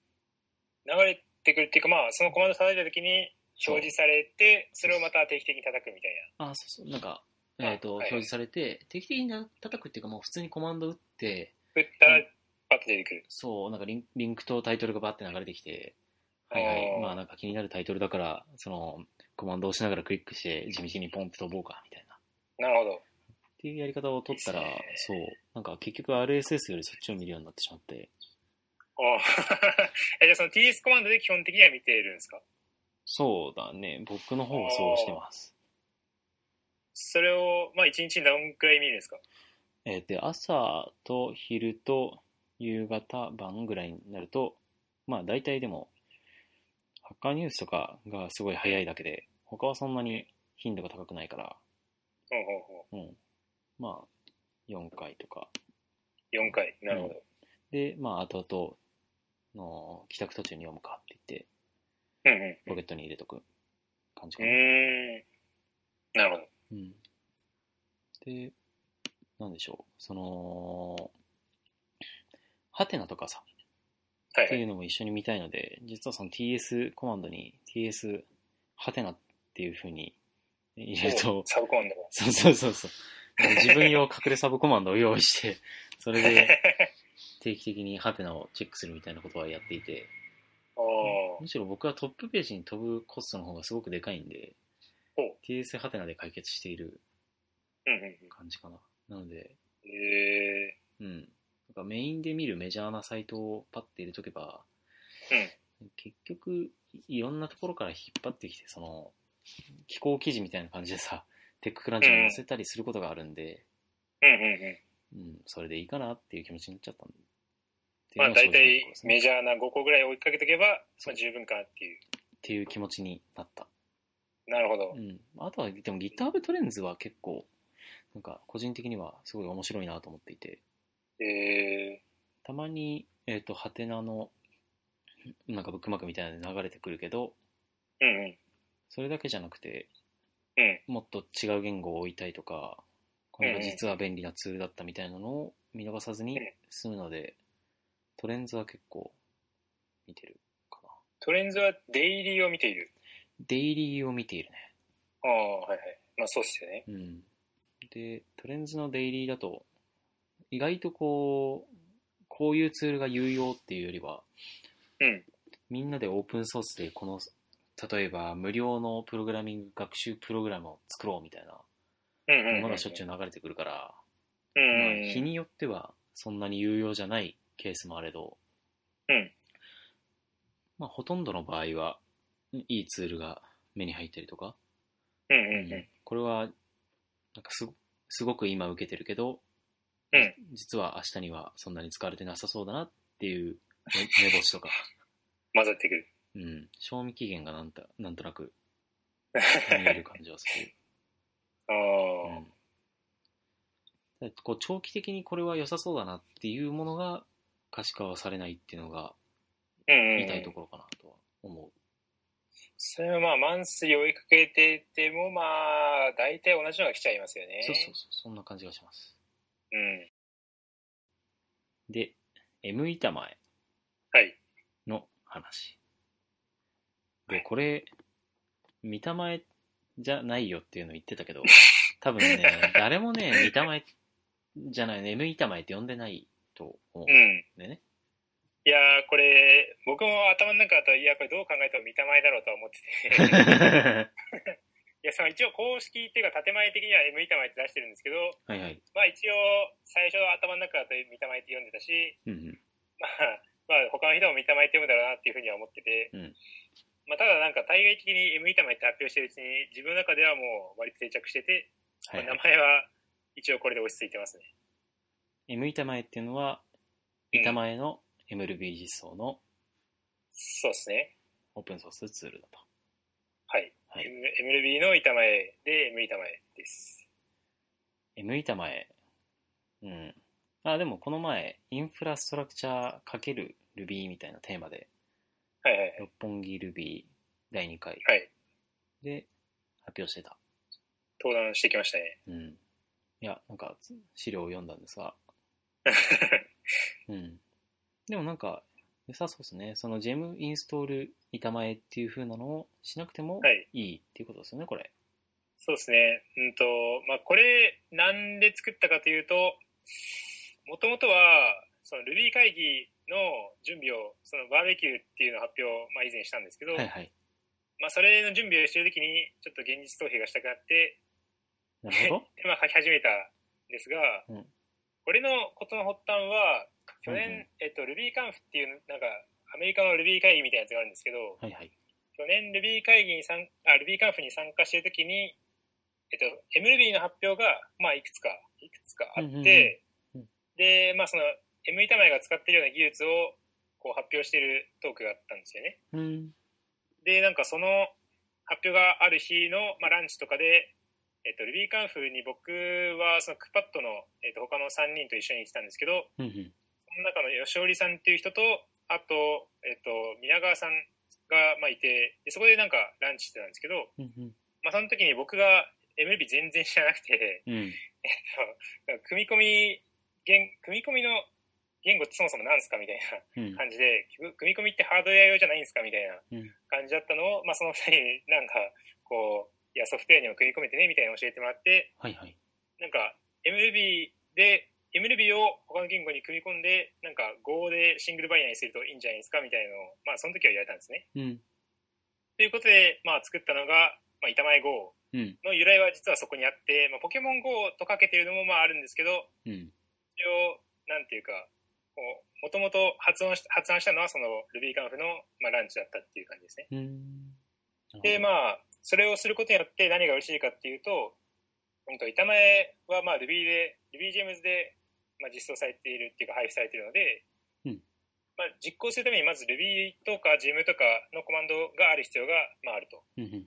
Speaker 2: 流れてくるっていうか、まあ、そのコマンド叩いた時に表示されて、それをまた定期的に叩くみたい
Speaker 1: あ、そうそう、なんか、
Speaker 2: うん
Speaker 1: えっ、と、
Speaker 2: はいはい
Speaker 1: 表示されて、定期的に叩くっていうか、もう普通にコマンド打って、
Speaker 2: な。打った
Speaker 1: う
Speaker 2: ら
Speaker 1: ん、
Speaker 2: パッと出てくる。
Speaker 1: そう、なんかリンリンクとタイトルがバッて流れてきて、はいはい、まあなんか気になるタイトルだから、その、コマンドを押しながらクリックして、地道にポンって飛ぼうか、みたいな。
Speaker 2: なるほど。
Speaker 1: っていうやり方を取ったら
Speaker 2: いいっすね、
Speaker 1: そう、なんか結局 RSS よりそっちを見るようになってしまって、
Speaker 2: おー [laughs] えじゃあその TS コマンドで基本的には見ているんですか
Speaker 1: そうだね、僕の方はそうしてます。
Speaker 2: それを、まあ、一日に何くらい見るんですか
Speaker 1: えーで、朝と昼と夕方晩ぐらいになると、まあ大体でも、ハッカーニュースとかがすごい早いだけで、他はそんなに頻度が高くないから、
Speaker 2: ほうほうほ
Speaker 1: うん。まあ、4回とか。
Speaker 2: う。4回。なるほど。
Speaker 1: で、まあ後々の帰宅途中に読むかって言って、
Speaker 2: うんうん。
Speaker 1: ポケットに入れとく感じ
Speaker 2: う
Speaker 1: かな。
Speaker 2: ーん。なるほど。
Speaker 1: うん。で、なんでしょう。その、ハテナとかさ、
Speaker 2: はい
Speaker 1: っ
Speaker 2: は
Speaker 1: て
Speaker 2: い。
Speaker 1: いうのも一緒に見たいので、実はその TS コマンドに TS ハテナっていう風に入れる
Speaker 2: お
Speaker 1: と、
Speaker 2: サブコマンドが。
Speaker 1: そうそうそうそう。自分用隠れサブコマンドを用意して、それで定期的にハテナをチェックするみたいなことはやっていて、
Speaker 2: おー
Speaker 1: むしろ僕はトップページに飛ぶコストの方がすごくでかいんで
Speaker 2: ほ、
Speaker 1: TS ハテナで解決している
Speaker 2: うんうんうん。
Speaker 1: 感じかな。なので、
Speaker 2: え
Speaker 1: うん。なんかメインで見るメジャーなサイトをパッて入れとけば、結局、いいろんなところから引っ張ってきて、その、寄稿記事みたいな感じでさ、テッククランチに載せたりすることがあるんで、
Speaker 2: ー、うんうんうん。
Speaker 1: うん、それでいいかなっていう気持ちになっちゃったんで。
Speaker 2: まあ
Speaker 1: ってい
Speaker 2: 大
Speaker 1: うのが正直なところで
Speaker 2: 体
Speaker 1: すね
Speaker 2: メジャーな5個ぐらい追いかけていけば、まあ、十分かってい
Speaker 1: っ
Speaker 2: う。
Speaker 1: ていう気持ちになった。
Speaker 2: なるほど
Speaker 1: う。ん。あとは、でも GitHub トレンズは結構、なんか個人的にはすごい面白いなと思っていて、
Speaker 2: え
Speaker 1: たまに、えっ、と、ハテナの、なんかブックマークみたいなので流れてくるけど、
Speaker 2: ー、うんうん。
Speaker 1: それだけじゃなくて、
Speaker 2: うん
Speaker 1: もっと違う言語を置いたいとか、これが実は便利なツールだったみたいなのを見逃さずに
Speaker 2: うん
Speaker 1: 済むので、トレンズは結構見てるかな。
Speaker 2: トレンズはデイリーを見ている。
Speaker 1: デイリーを見ているね。
Speaker 2: ああ、はいはい。まあそうっすよね。
Speaker 1: うん。で、トレンズのデイリーだと、意外とこう、こういうツールが有用っていうよりは、
Speaker 2: うん。
Speaker 1: みんなでオープンソースでこの、例えば無料のプログラミング学習プログラムを作ろうみたいな
Speaker 2: うんうんうん、うん。
Speaker 1: ものがしょっちゅう流れてくるから、
Speaker 2: う
Speaker 1: まあ
Speaker 2: んうん。
Speaker 1: 日によってはそんなに有用じゃないケースもあれど、
Speaker 2: うん
Speaker 1: まあ、ほとんどの場合はいいツールが目に入ったりとか、
Speaker 2: うんうんうん。
Speaker 1: これはなんかすすごく今受けてるけど、
Speaker 2: うん
Speaker 1: 実は明日にはそんなに使われてなさそうだなっていう目目星とか、
Speaker 2: 混ざってくる。
Speaker 1: うん、賞味期限がなんたなんとな
Speaker 2: [laughs]
Speaker 1: く見える感じはする。
Speaker 2: ああ、
Speaker 1: うん、こう長期的にこれは良さそうだなっていうものが可視化はされないっていうのが
Speaker 2: うんうんうん。
Speaker 1: 言いたいところかなとは思
Speaker 2: それはまあ、マンスリー追いかけてても、まあ、大体同じのが来ちゃいますよ
Speaker 1: う、
Speaker 2: ね。
Speaker 1: そうそうそうそんな感じがします
Speaker 2: うん。
Speaker 1: で M 板前
Speaker 2: はい。
Speaker 1: の話
Speaker 2: は
Speaker 1: で
Speaker 2: い
Speaker 1: これ見た前じゃないよっていうの言ってたけ
Speaker 2: [laughs]
Speaker 1: ど多分ね誰もね見た前じゃないね M 板前って呼んでないと思う
Speaker 2: うんん。
Speaker 1: でね、
Speaker 2: いやー、これ、僕も頭の中だと、いや、これどう考えても見た前だろうとは思っ
Speaker 1: [laughs]
Speaker 2: てて。いや、その一応公式っていうか、建前的には M 板前って出してるんですけど、
Speaker 1: はいはい
Speaker 2: まあ一応、最初は頭の中だと見た前って読んでたし、
Speaker 1: うんうん
Speaker 2: まあ、 [laughs] まあ他の人も見た前って読むだろうなっていうふうには思ってて、
Speaker 1: うん
Speaker 2: まあただなんか対外的に M 板前って発表してるうちに、自分の中ではもう割と定着してて、
Speaker 1: はいはい
Speaker 2: まあ名前は一応これで落ち着いてますね。
Speaker 1: M 板前っていうのは、
Speaker 2: うん
Speaker 1: 板前の MLB 実装の
Speaker 2: そうですね。
Speaker 1: オープンソースツールだと。
Speaker 2: はい。
Speaker 1: はい
Speaker 2: M- MLB の板前で M 板前です。
Speaker 1: M 板前、うん。あ、でもこの前、インフラストラクチャー×ルビーみたいなテーマで、
Speaker 2: はいはいはい。
Speaker 1: 六本木ルビー第2回
Speaker 2: はい。
Speaker 1: で発表してた。
Speaker 2: 登壇してきましたね。 [laughs]
Speaker 1: うん。いや、なんか資料を読んだんですが、うん。でもなんか、良さそうですね。そのジェムインストール板前っていう風なのをしなくても
Speaker 2: はい
Speaker 1: いいっていうことですよね、これ。
Speaker 2: そうですね。うんと、まあ、これ、なんで作ったかというと、もともとは、その Ruby 会議の準備を、そのバーベキューっていうのを発表、まあ、以前したんですけど、
Speaker 1: はいはい。
Speaker 2: まあ、それの準備をしてる時に、ちょっと現実逃避がしたくなって、
Speaker 1: なるほど。
Speaker 2: で、まあ、書き始めたんですが、
Speaker 1: うん
Speaker 2: これのことの発端は、去
Speaker 1: うんう
Speaker 2: 年、えっと、RubyConf っていう、なんか、アメリカの Ruby 会議みたいなやつがあるんですけど、
Speaker 1: はいはい。
Speaker 2: 去年 Ruby 会議に参あ Ruby カンフに参加してるときに、えっと、MLB の発表が、まあ、いくつか、いくつかあって、
Speaker 1: うんうんうんうん
Speaker 2: で、まあ、その、M 板前が使ってるような技術を、こう、発表してるトークがあったんですよね。
Speaker 1: うん。
Speaker 2: で、なんかその発表がある日の、まあ、ランチとかで、えっと、Ruby カンフに僕は、その、クパッドの、えっと、他の3人と一緒に来たんですけど、
Speaker 1: うんうん。
Speaker 2: その中の吉織さんっていう人と、あと、えっと、皆川さんが、まあ、いて、でそこでなんかランチしてたんですけど、
Speaker 1: うんうん。
Speaker 2: まあ、その時に僕が MLB 全然知らなくて、
Speaker 1: うん。
Speaker 2: 組み込み、言組み込みの言語ってそもそも何すかみたい
Speaker 1: うん
Speaker 2: な。感じで、組み込みってハードウェア用じゃないんですかみたいな
Speaker 1: うん
Speaker 2: 感じだったのを、まあ、その二人になんか、こう、いや、ソフトウェアにも組み込めてね、みたいなのを教えてもらって、
Speaker 1: はいはい。
Speaker 2: なんか、 MLB で、MLB を他の言語に組み込んで、なんか Go でシングルバイヤーにするといいんじゃないですかみたいなのを、まあその時は言われたんですね。
Speaker 1: うん。
Speaker 2: ということで、まあ作ったのが、まあ板前 Go
Speaker 1: うん。
Speaker 2: の由来は実はそこにあって、まあ、ポケモン GO とかけてるのもまああるんですけど、
Speaker 1: うん。
Speaker 2: 一応、なんていうか、もともと発音し発案したのはそのルビーカンフの、まあ、ランチだったっていう感じですね。
Speaker 1: うん。
Speaker 2: で、
Speaker 1: あ、
Speaker 2: まあ、それをすることによって何が嬉しいかっていうと、うんと、板前はまあ Ruby で、RubyGems で、まあ、実装されているっていうか配布されているので、
Speaker 1: うん
Speaker 2: まあ、実行するためにまず Ruby とか Gem とかのコマンドがある必要が、まあ、あると。
Speaker 1: うんうん。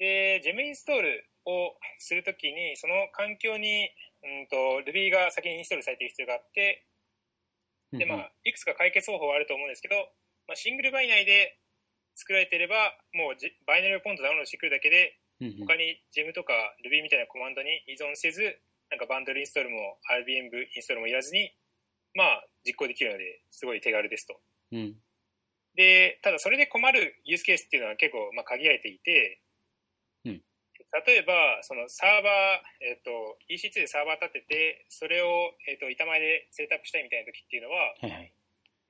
Speaker 2: で、ジェムインストールをするときに、その環境に、うんと、Ruby が先にインストールされている必要があって、で、まあ、いくつか解決方法はあると思うんですけど、まあ、シングルバイ内で作られていれば、もうじバイナリーポンドダウンロードしてくるだけで、
Speaker 1: うんうん、
Speaker 2: 他に Gem とか Ruby みたいなコマンドに依存せず、なんかバンドルインストールも RBM インストールもいらずに、まあ、実行できるので、すごい手軽ですと。
Speaker 1: うん。
Speaker 2: で、ただそれで困るユースケースっていうのは結構、まあ、限られていて、
Speaker 1: うん
Speaker 2: 例えば、そのサーバー、えっ、と、EC2 でサーバー立てて、それを、えっ、と、板前でセットアップしたいみたいな時っていうの
Speaker 1: は
Speaker 2: は、
Speaker 1: いはい。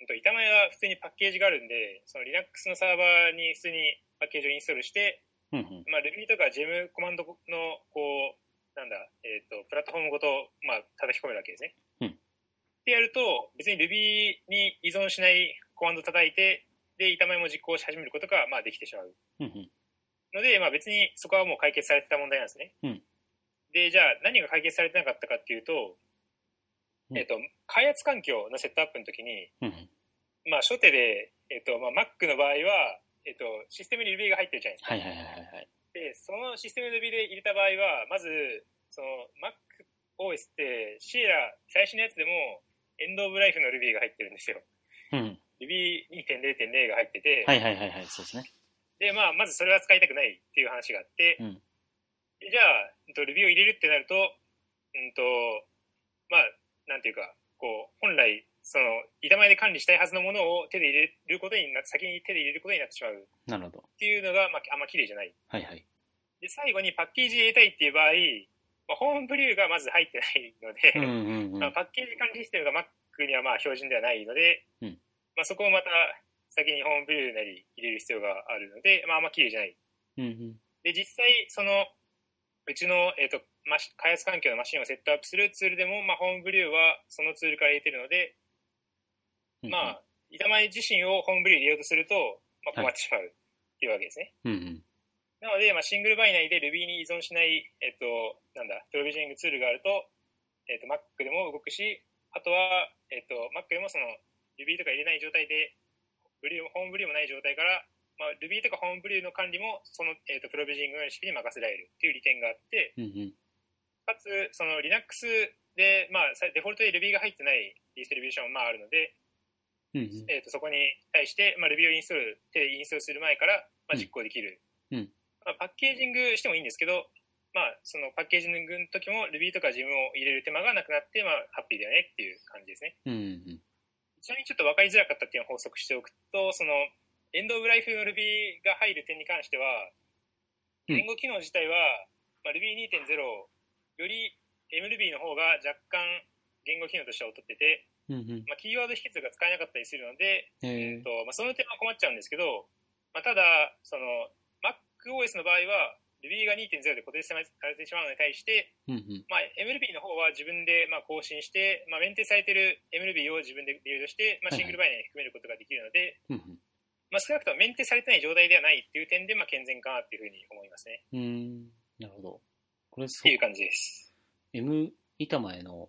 Speaker 2: うんと板前は普通にパッケージがあるんで、その Linux のサーバーに普通にパッケージをインストールして、
Speaker 1: うんうん。
Speaker 2: まあ、Ruby とか Gem コマンドの、こう、なんだ、えっ、と、プラットフォームごと、まあ、叩き込めるわけですね。
Speaker 1: うん
Speaker 2: ってやると、別に Ruby に依存しないコマンド叩いて、で、板前も実行し始めることが、まあ、できてしまう。
Speaker 1: うんうん。
Speaker 2: ので、まあ、別にそこはもう解決されてた問題なんですね。
Speaker 1: うん
Speaker 2: で、じゃあ、何が解決されてなかったかっていうと、
Speaker 1: うん
Speaker 2: えっ、と、開発環境のセットアップの時に、
Speaker 1: うんうん。
Speaker 2: まあ、初手で、えっ、と、まあ、Mac の場合は、えっ、と、システムに Ruby が入ってるじゃないですか。
Speaker 1: はいはいはいはい。
Speaker 2: で、そのシステムの Ruby で入れた場合は、まず、その MacOS って、シエラ最新のやつでも、エンドオブライフの Ruby が入ってるんですよ。
Speaker 1: うん。
Speaker 2: Ruby2.0.0 が入ってて、
Speaker 1: はいはいはいはい。そうですね。
Speaker 2: で、まあ、まずそれは使いたくないっていう話があって、
Speaker 1: うん
Speaker 2: でじゃあ、うんと Ruby を入れるってなると、うんと、まあ、なんていうか、こう、本来、その、板前で管理したいはずのものを手で入れることにな、先に手で入れることになってしまうっ
Speaker 1: なるほど。
Speaker 2: ていうのが、まあ、あんま綺麗じゃない。
Speaker 1: はいはい。
Speaker 2: で、最後にパッケージ入れたいっていう場合、まあ、ホームブリューがまず入ってないので、
Speaker 1: うんうんうん。
Speaker 2: まあ、パッケージ管理システムが Mac にはまあ標準ではないので、
Speaker 1: うん
Speaker 2: まあ、そこをまた先にホームブリューなり入れる必要があるので、まあ、あんま綺麗じゃない。
Speaker 1: うんうん。
Speaker 2: で、実際、その、うちの、えっ、と、マシ開発環境のマシンをセットアップするツールでも、まあ、ホームブリューはそのツールから入れてるので、
Speaker 1: うん
Speaker 2: まあ、板前自身をホームブリューに入れようとすると、まあ、困ってしまうっていうわけですね。
Speaker 1: うんうん。
Speaker 2: なので、まあ、シングルバイ内で Ruby に依存しない、えっと、なんだ、プロビジョニングツールがあると、えっと、Mac でも動くし、あとは、えっと、Mac でもその Ruby とか入れない状態で、ブリューホームブリューもない状態から、まあ、Ruby とかホームブリューの管理も、その、えっと、プロビジョニングの仕組みに任せられるっていう利点があって、
Speaker 1: うんうん。
Speaker 2: かつ、その Linux で、まあ、さデフォルトで Ruby が入ってないディストリビューションもまああるので、
Speaker 1: うんうん。
Speaker 2: えー、とそこに対して、まあ、Ruby をインストール、手でインストールする前から、まあ、実行できる。
Speaker 1: うんうん
Speaker 2: まあ、パッケージングしてもいいんですけど、まあ、そのパッケージングの時も Ruby とか Gem を入れる手間がなくなって、まあ、ハッピーだよねっていう感じですね。
Speaker 1: うんうん。
Speaker 2: ちなみにちょっと分かりづらかったっていうのを補足しておくと、その、エンドオブライフの Ruby が入る点に関しては、
Speaker 1: うん
Speaker 2: 言語機能自体は、まあ、Ruby2.0 より MRuby の方が若干言語機能としては劣ってて、
Speaker 1: うんうん。
Speaker 2: まあ、キーワード引数が使えなかったりするので、
Speaker 1: え
Speaker 2: えっとまあ、その点は困っちゃうんですけど、まあ、ただその MacOS の場合は Ruby が2.0で固定されてしまうのに対して、
Speaker 1: うんうん。
Speaker 2: まあ、MLB の方は自分でまあ更新して、まあ、メンテされている MLB を自分でビルドして、まあ、
Speaker 1: はいはい
Speaker 2: シングルバイナリーに含めることができるので、
Speaker 1: うんうん。
Speaker 2: まあ、少なくともメンテされてない状態ではないっていう点で、まあ、健全かなっていうふうに思いますね。
Speaker 1: うーん、なるほど。これ、
Speaker 2: っ
Speaker 1: そう
Speaker 2: ていう感じです。
Speaker 1: M 板前の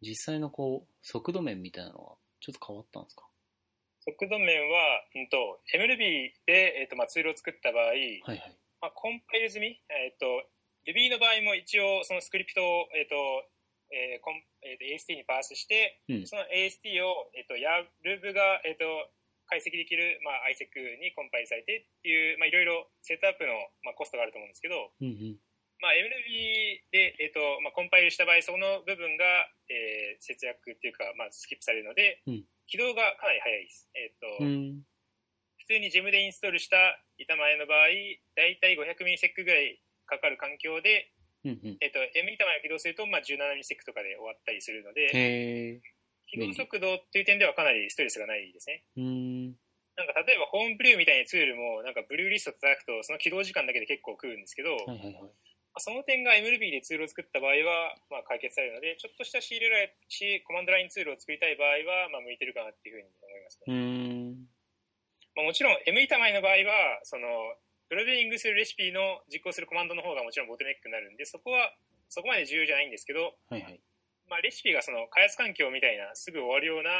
Speaker 1: 実際のこう、速度面みたいなのはちょっと変わったんですか
Speaker 2: 速度面は、うんと、MLB で、えっとまあ、ツールを作った場
Speaker 1: は
Speaker 2: 合、
Speaker 1: いはい。
Speaker 2: まあ、コンパイル済み、えっと Ruby の場合も一応そのスクリプトを、えっとえーコンえっと AST にパースして、
Speaker 1: うん
Speaker 2: その AST を、えっと YARB が、えっと解析できる、まあ、ISEC にコンパイルされてっていう、まあ、いろいろセットアップの、まあ、コストがあると思うんですけど、
Speaker 1: うんうん。
Speaker 2: まあ、MLB で、えっとまあ、コンパイルした場合そこの部分が、えー節約っていうか、まあ、スキップされるので、
Speaker 1: うん
Speaker 2: 起動がかなり早いです。えっと
Speaker 1: うん。
Speaker 2: 普通に Gem でインストールした板前の場合、だいたい500ミリセックぐらいかかる環境で、
Speaker 1: うんうん。
Speaker 2: えっと、M 板前を起動すると、まあ、17ミリセックとかで終わったりするの
Speaker 1: へえ。
Speaker 2: で、起動速度っていう点ではかなりストレスがないですね。
Speaker 1: うーん。
Speaker 2: なんか例えばホームブリューみたいなツールも、なんかブルーリスト叩くと、その起動時間だけで結構食うんですけど、
Speaker 1: はいはいはい。
Speaker 2: まあその点が MLB でツールを作った場合は、まあ、解決されるので、ちょっとした C ルライ、C コマンドラインツールを作りたい場合は、まあ、向いてるかなっていうふうに思います
Speaker 1: う
Speaker 2: ね。
Speaker 1: ーん。
Speaker 2: まあ、もちろん M 板前の場合は、その、プロビューイングするレシピの実行するコマンドの方がもちろんボトルネックになるんで、そこは、そこまで重要じゃないんですけど、
Speaker 1: はいはい。
Speaker 2: まあ、レシピがその開発環境みたいなすぐ終わるような、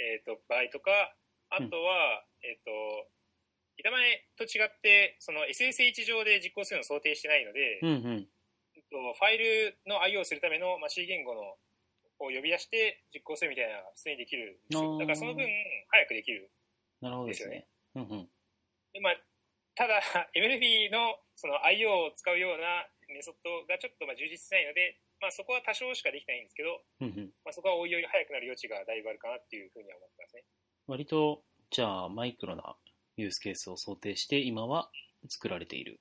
Speaker 2: えー、と場合とかあとは、えっ、と板前と違ってその SSH 上で実行するのを想定してないので、
Speaker 1: うんうん。
Speaker 2: えっとファイルの IO をするための、まあ、C 言語のを呼び出して実行するみたいなのが普通にできるんです
Speaker 1: あー
Speaker 2: よだからその分早くできる
Speaker 1: なるほどですね。うんうん。
Speaker 2: で、まあ、ただ [laughs] MLB のその IO を使うようなメソッドがちょっとまあ充実してないので、まあ、そこは多少しかできないんですけど
Speaker 1: うんうん。
Speaker 2: まあ、そこはおいおい早くなる余地がだいぶあるかなっていうふうには思ってますね。
Speaker 1: 割と、じゃあ、マイクロなユースケースを想定して、今は作られている。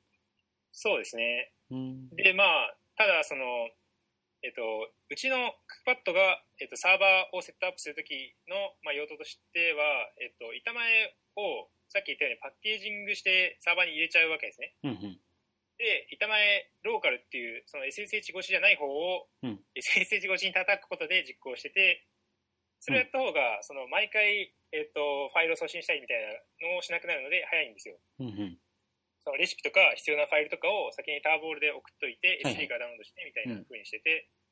Speaker 2: そうですね。
Speaker 1: うん。
Speaker 2: で、まあ、ただ、その、えっと、うちのクックパッドが、えっと、サーバーをセットアップするときの、まあ、用途としては、えっと、板前を、さっき言ったようにパッケージングしてサーバーに入れちゃうわけですね。
Speaker 1: うんうん。
Speaker 2: で、板前ローカルっていう、その SSH 越しじゃない方を、
Speaker 1: うん
Speaker 2: SSH 越しに叩くことで実行してて、それをやった方が、その、毎回、えっと、ファイルを送信したりみたいなのをしなくなるので、早いんですよ。
Speaker 1: うんうん。
Speaker 2: そのレシピとか必要なファイルとかを先にターボールで送っといて、
Speaker 1: はいはい
Speaker 2: SD からダウンロードしてみたいな風にしてて、
Speaker 1: うんう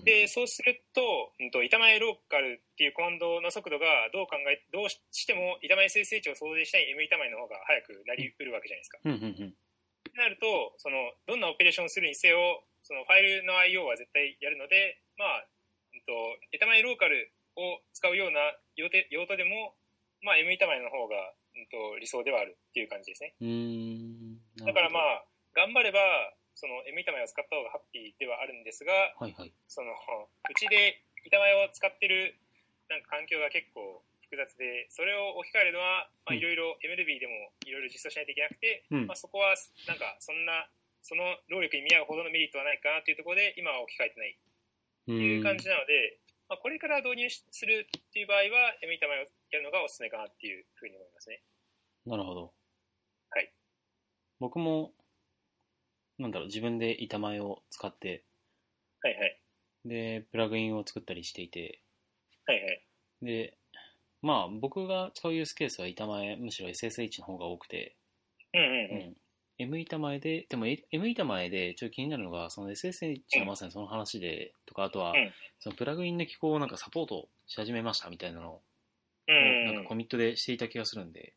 Speaker 1: ん
Speaker 2: で、そうすると、うんと、板前ローカルっていうコマンドの速度がどう考え、どうししても板前 SSH を想定したい M 板前の方が早くなりうるわけじゃないですか。
Speaker 1: うんうんうん。
Speaker 2: ってなると、その、どんなオペレーションをするにせよ、そのファイルの IO は絶対やるので、まあ、うんと、板前ローカルを使うような用途用途でも、まあ、M 板前の方が、うんと、理想ではあるっていう感じですね。
Speaker 1: うーん。なるほど
Speaker 2: だからま、あ、頑張れば、その M 板前を使った方がハッピーではあるんですが、
Speaker 1: はいはい。
Speaker 2: その、 [laughs] うちで板前を使ってる、なんか環境が結構複雑で、それを置き換えるのは、
Speaker 1: う
Speaker 2: まあ
Speaker 1: ん
Speaker 2: いろいろ MLB でもいろいろ実装しないといけなくて、
Speaker 1: うん
Speaker 2: まあそこは、なんかそんな、その労力に見合うほどのメリットはないかなというところで、今は置き換えてない
Speaker 1: うん
Speaker 2: という感じなので、まあこれから導入しするっていう場合は、M 板前をやるのがおすすめかなっていうふうに思いますね。
Speaker 1: なるほど。
Speaker 2: はい。
Speaker 1: 僕も、なんだろう、自分で板前を使って、
Speaker 2: はいはい。
Speaker 1: で、プラグインを作ったりしていて、
Speaker 2: はいはい。
Speaker 1: で、まあ、僕が使うユースケースは板前、むしろ SSH の方が多くて、
Speaker 2: うん
Speaker 1: う
Speaker 2: うんうん。
Speaker 1: ん。M 板前で、でも A- M 板前でちょっと気になるのが、その SSH のまさにその話で、とか、あとは
Speaker 2: うん、
Speaker 1: そのプラグインの機構をなんかサポートし始めましたみたいなのを、
Speaker 2: う
Speaker 1: なん
Speaker 2: ん
Speaker 1: か
Speaker 2: うん。
Speaker 1: コミットでしていた気がするんで、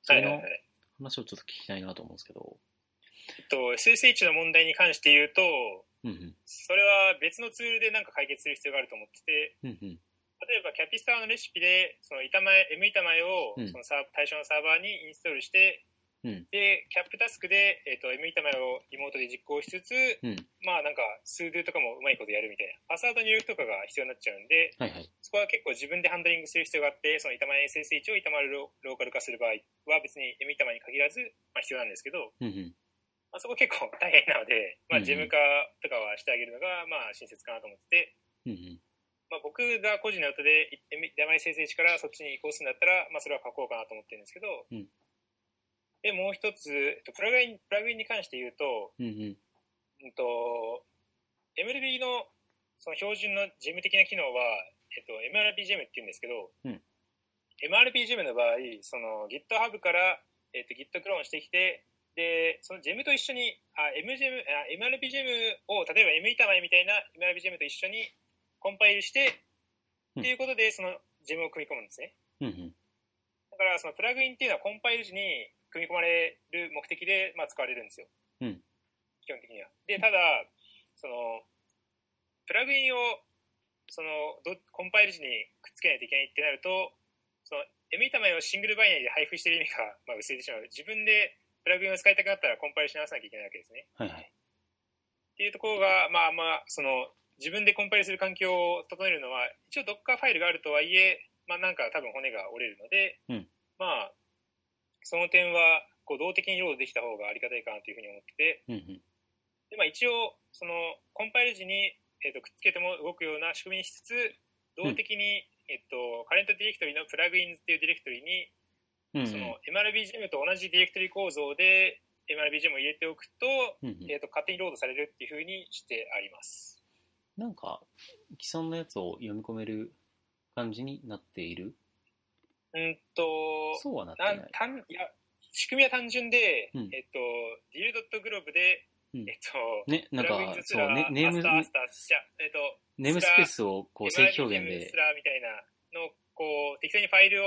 Speaker 1: そ
Speaker 2: はい
Speaker 1: れ
Speaker 2: はい
Speaker 1: の
Speaker 2: はい。
Speaker 1: 話をちょっと聞きたいなと思うんですけど、
Speaker 2: えっと、SSH の問題に関して言うと、
Speaker 1: うんうん、
Speaker 2: それは別のツールでなんか解決する必要があると思ってて、
Speaker 1: うんうん、
Speaker 2: 例えばキャピスターのレシピで、その板前、M 板前を
Speaker 1: うん
Speaker 2: そのサー対象のサーバーにインストールして、
Speaker 1: うん
Speaker 2: で、キャップタスクで、えっと M 板前をリモートで実行しつつ、
Speaker 1: うん、
Speaker 2: まあなんか、スードゥとかもうまいことやるみたいな、パスワード入力とかが必要になっちゃうんで、
Speaker 1: はいはい。
Speaker 2: そこは結構自分でハンドリングする必要があって、その板前 SSH を板前ロローカル化する場合は別に M 板前に限らず、まあ、必要なんですけど、
Speaker 1: うんうん
Speaker 2: まあ、そこ結構大変なので、
Speaker 1: うん
Speaker 2: まあ、ジェム化とかはしてあげるのが、まあ、親切かなと思ってて、
Speaker 1: うんうん
Speaker 2: まあ、僕が個人の予定で、い名前先生からそっちに移行するんだったら、まあ、それは書こうかなと思ってるんですけど、
Speaker 1: うん
Speaker 2: で、もう一つ、えっとプラグイン、プラグインに関して言うと、
Speaker 1: うんうん
Speaker 2: うんと、MLB のその標準のジェム的な機能は、えっと、MRP ジェムって言うんですけど、
Speaker 1: うん
Speaker 2: MRP ジェムの場合、その GitHub から、えっと、Git クローンしてきて、で、そのジェムと一緒に、あ、M ジェム、あ MRP ジェムを、例えば M 板前みたいな MRP ジェムと一緒にコンパイルして、
Speaker 1: うん
Speaker 2: っていうことで、そのジェムを組み込むんですね。
Speaker 1: うんうん
Speaker 2: だから、そのプラグインっていうのはコンパイル時に組み込まれる目的で、まあ、使われるんですよ。
Speaker 1: うん
Speaker 2: 基本的には。で、ただ、その、プラグインを、その、どコンパイル時にくっつけないといけないってなると、その、M 板前をシングルバイナリで配布してる意味が、まあ、薄れてしまう。自分でプラグインを使いたくなったらコンパイルし直さなきゃいけないわけですね。
Speaker 1: はいはい。
Speaker 2: っていうところが、まあまあ、その、自分でコンパイルする環境を整えるのは、一応 Docker ファイルがあるとはいえ、まあなんか多分骨が折れるので、
Speaker 1: うん
Speaker 2: まあ、その点は、こう、動的にロードできた方がありがたいかなというふうに思ってて、
Speaker 1: うんうん
Speaker 2: で、まあ、一応、その、コンパイル時に、えっ、と、くっつけても動くような仕組みにしつつ、動的に、えっと、カレントディレクトリのプラグインズっていうディレクトリに、
Speaker 1: うんうん。
Speaker 2: その MRBGM と同じディレクトリ構造で MRBGM を入れておくと、
Speaker 1: うんうん
Speaker 2: えっと、勝手にロードされるっていうふうにしてあります。
Speaker 1: なんか、既存のやつを読み込める感じになっている
Speaker 2: うんと、
Speaker 1: そうはなって
Speaker 2: な
Speaker 1: なんい。
Speaker 2: 単いや仕組みは単純で、
Speaker 1: うん
Speaker 2: えっと、ディルドットグローブで、
Speaker 1: うん
Speaker 2: えっと、
Speaker 1: ね、なんか
Speaker 2: プラグイン、ズ
Speaker 1: そう、ね、ネーム
Speaker 2: ス、ラアスターアスターシャえっと、
Speaker 1: ネームスペースをこう正規表現
Speaker 2: MRBGM
Speaker 1: で
Speaker 2: ス、ラみたいなのを、こう、適当にファイルを、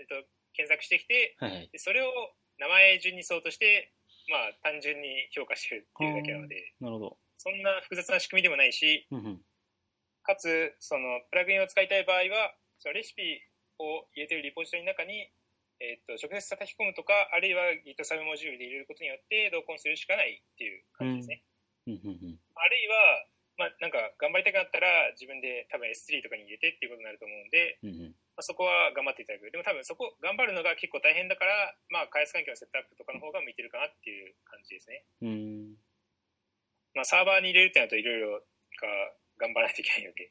Speaker 2: えっと、検索してきて、
Speaker 1: はいはい。
Speaker 2: でそれを名前順にそうとして、まあ、単純に評価してるっていうだけなので、
Speaker 1: なるほど。
Speaker 2: そんな複雑な仕組みでもないし、
Speaker 1: うんうん。
Speaker 2: かつ、その、プラグインを使いたい場合は、そのレシピを入れてるリポジトリの中に、えっと、直接叩き込むとか、あるいは Git サブモジュールで入れることによって、同梱するしかないっていう感じですね。
Speaker 1: うんうんうん。
Speaker 2: あるいは、まあ、なんか、頑張りたくなったら、自分で多分 S3 とかに入れてっていうことになると思うんで、
Speaker 1: うんうん。
Speaker 2: まあ、そこは頑張っていただく。でも多分そこ、頑張るのが結構大変だから、まあ、開発環境のセットアップとかの方が向いてるかなっていう感じですね。
Speaker 1: うーん。
Speaker 2: まあ、サーバーに入れるってなるといろいろが頑張らないといけないので。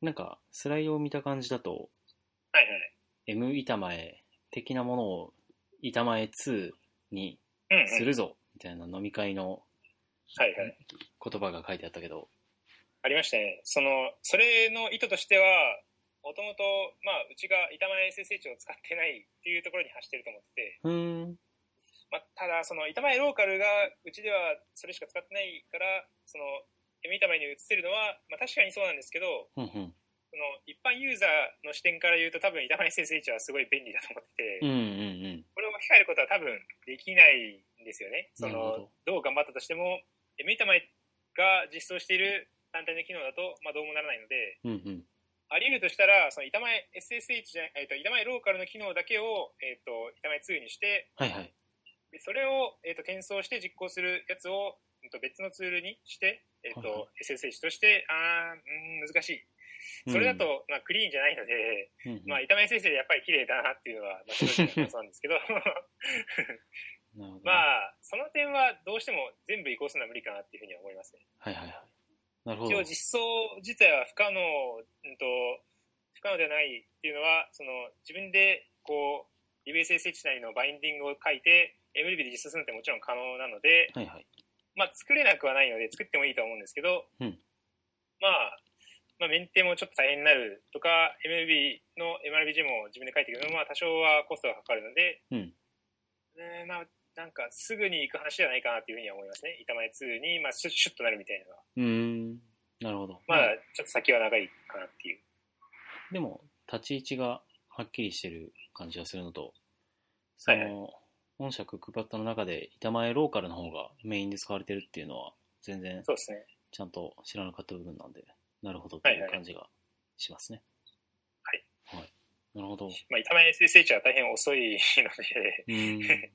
Speaker 1: なんか、スライドを見た感じだと、
Speaker 2: はいはい。
Speaker 1: M 板前的なものを板前2に
Speaker 2: うん、うん。
Speaker 1: するぞ、みたいな飲み会の
Speaker 2: はいはい。
Speaker 1: 言葉が書いてあったけど、
Speaker 2: ありましたね。その、それの意図としては、もともと、まあ、うちが板前 SSH を使ってないっていうところに走ってると思ってて、
Speaker 1: うーん、
Speaker 2: まあ、ただ、その板前ローカルがうちではそれしか使ってないから、その、M 板前に移せるのは、まあ、確かにそうなんですけど、
Speaker 1: ふんふん、
Speaker 2: その一般ユーザーの視点から言うと多分板前 SSH はすごい便利だと思ってて、
Speaker 1: うんうんうん、
Speaker 2: これを控えることは多分できないんですよね。そ
Speaker 1: なるほ
Speaker 2: のどう頑張ったとしても、え板前が実装している単体の機能だと、まあ、どうもならないので、
Speaker 1: うんうん、
Speaker 2: あり得るとしたら、その板前 SSH じゃない、えっと板前ローカルの機能だけを、えっと板前2にして、
Speaker 1: はいはい、
Speaker 2: でそれを、えっと転送して実行するやつを、うんと別のツールにして、えっと
Speaker 1: はいは
Speaker 2: SSH として、あー、うん、難しい。それだと、まあ、クリーンじゃないので、
Speaker 1: うんうん、
Speaker 2: まあ、板前先生でやっぱり綺麗だなっていうのは、まあ、正直な感想なんですけど、 [laughs]
Speaker 1: なるほどね、
Speaker 2: まあ、その点はどうしても全部移行するのは無理かなっていうふうには思いますね。
Speaker 1: はいはいはい、なるほ
Speaker 2: 一
Speaker 1: ど
Speaker 2: 応、、実装自体は不可能、うんと、不可能ではないっていうのは、その、自分で、こう、リベース SH なりのバインディングを書いて、MLB で実装するのってもちろん可能なので、
Speaker 1: はいはい、
Speaker 2: まあ、作れなくはないので、作ってもいいとは思うんですけど、
Speaker 1: うん
Speaker 2: まあ、まあ、メンテもちょっと大変になるとか、MLB の MRBG も自分で書いていくのも、まあ、多少はコストがかかるので、
Speaker 1: うん
Speaker 2: えーまあ、なんか、すぐに行く話じゃないかなというふうには思いますね。板前2に、まあ、シュッシュッとなるみたいなのは。
Speaker 1: うーん、なるほど、
Speaker 2: まだ、ちょっと先は長いかなっていう。
Speaker 1: でも、立ち位置がはっきりしてる感じがするのと、そ
Speaker 2: はい
Speaker 1: の、
Speaker 2: はい
Speaker 1: 御社クックパッドの中で板前ローカルの方がメインで使われてるっていうのは、全然
Speaker 2: そうですね。
Speaker 1: ちゃんと知らなかった部分なんで、なるほどっていう感じがしますね。
Speaker 2: はい。
Speaker 1: はい。なる
Speaker 2: [laughs]
Speaker 1: ほど。う
Speaker 2: まあ、板前 SSH は大変遅いの
Speaker 1: [laughs]
Speaker 2: で、
Speaker 1: ーん。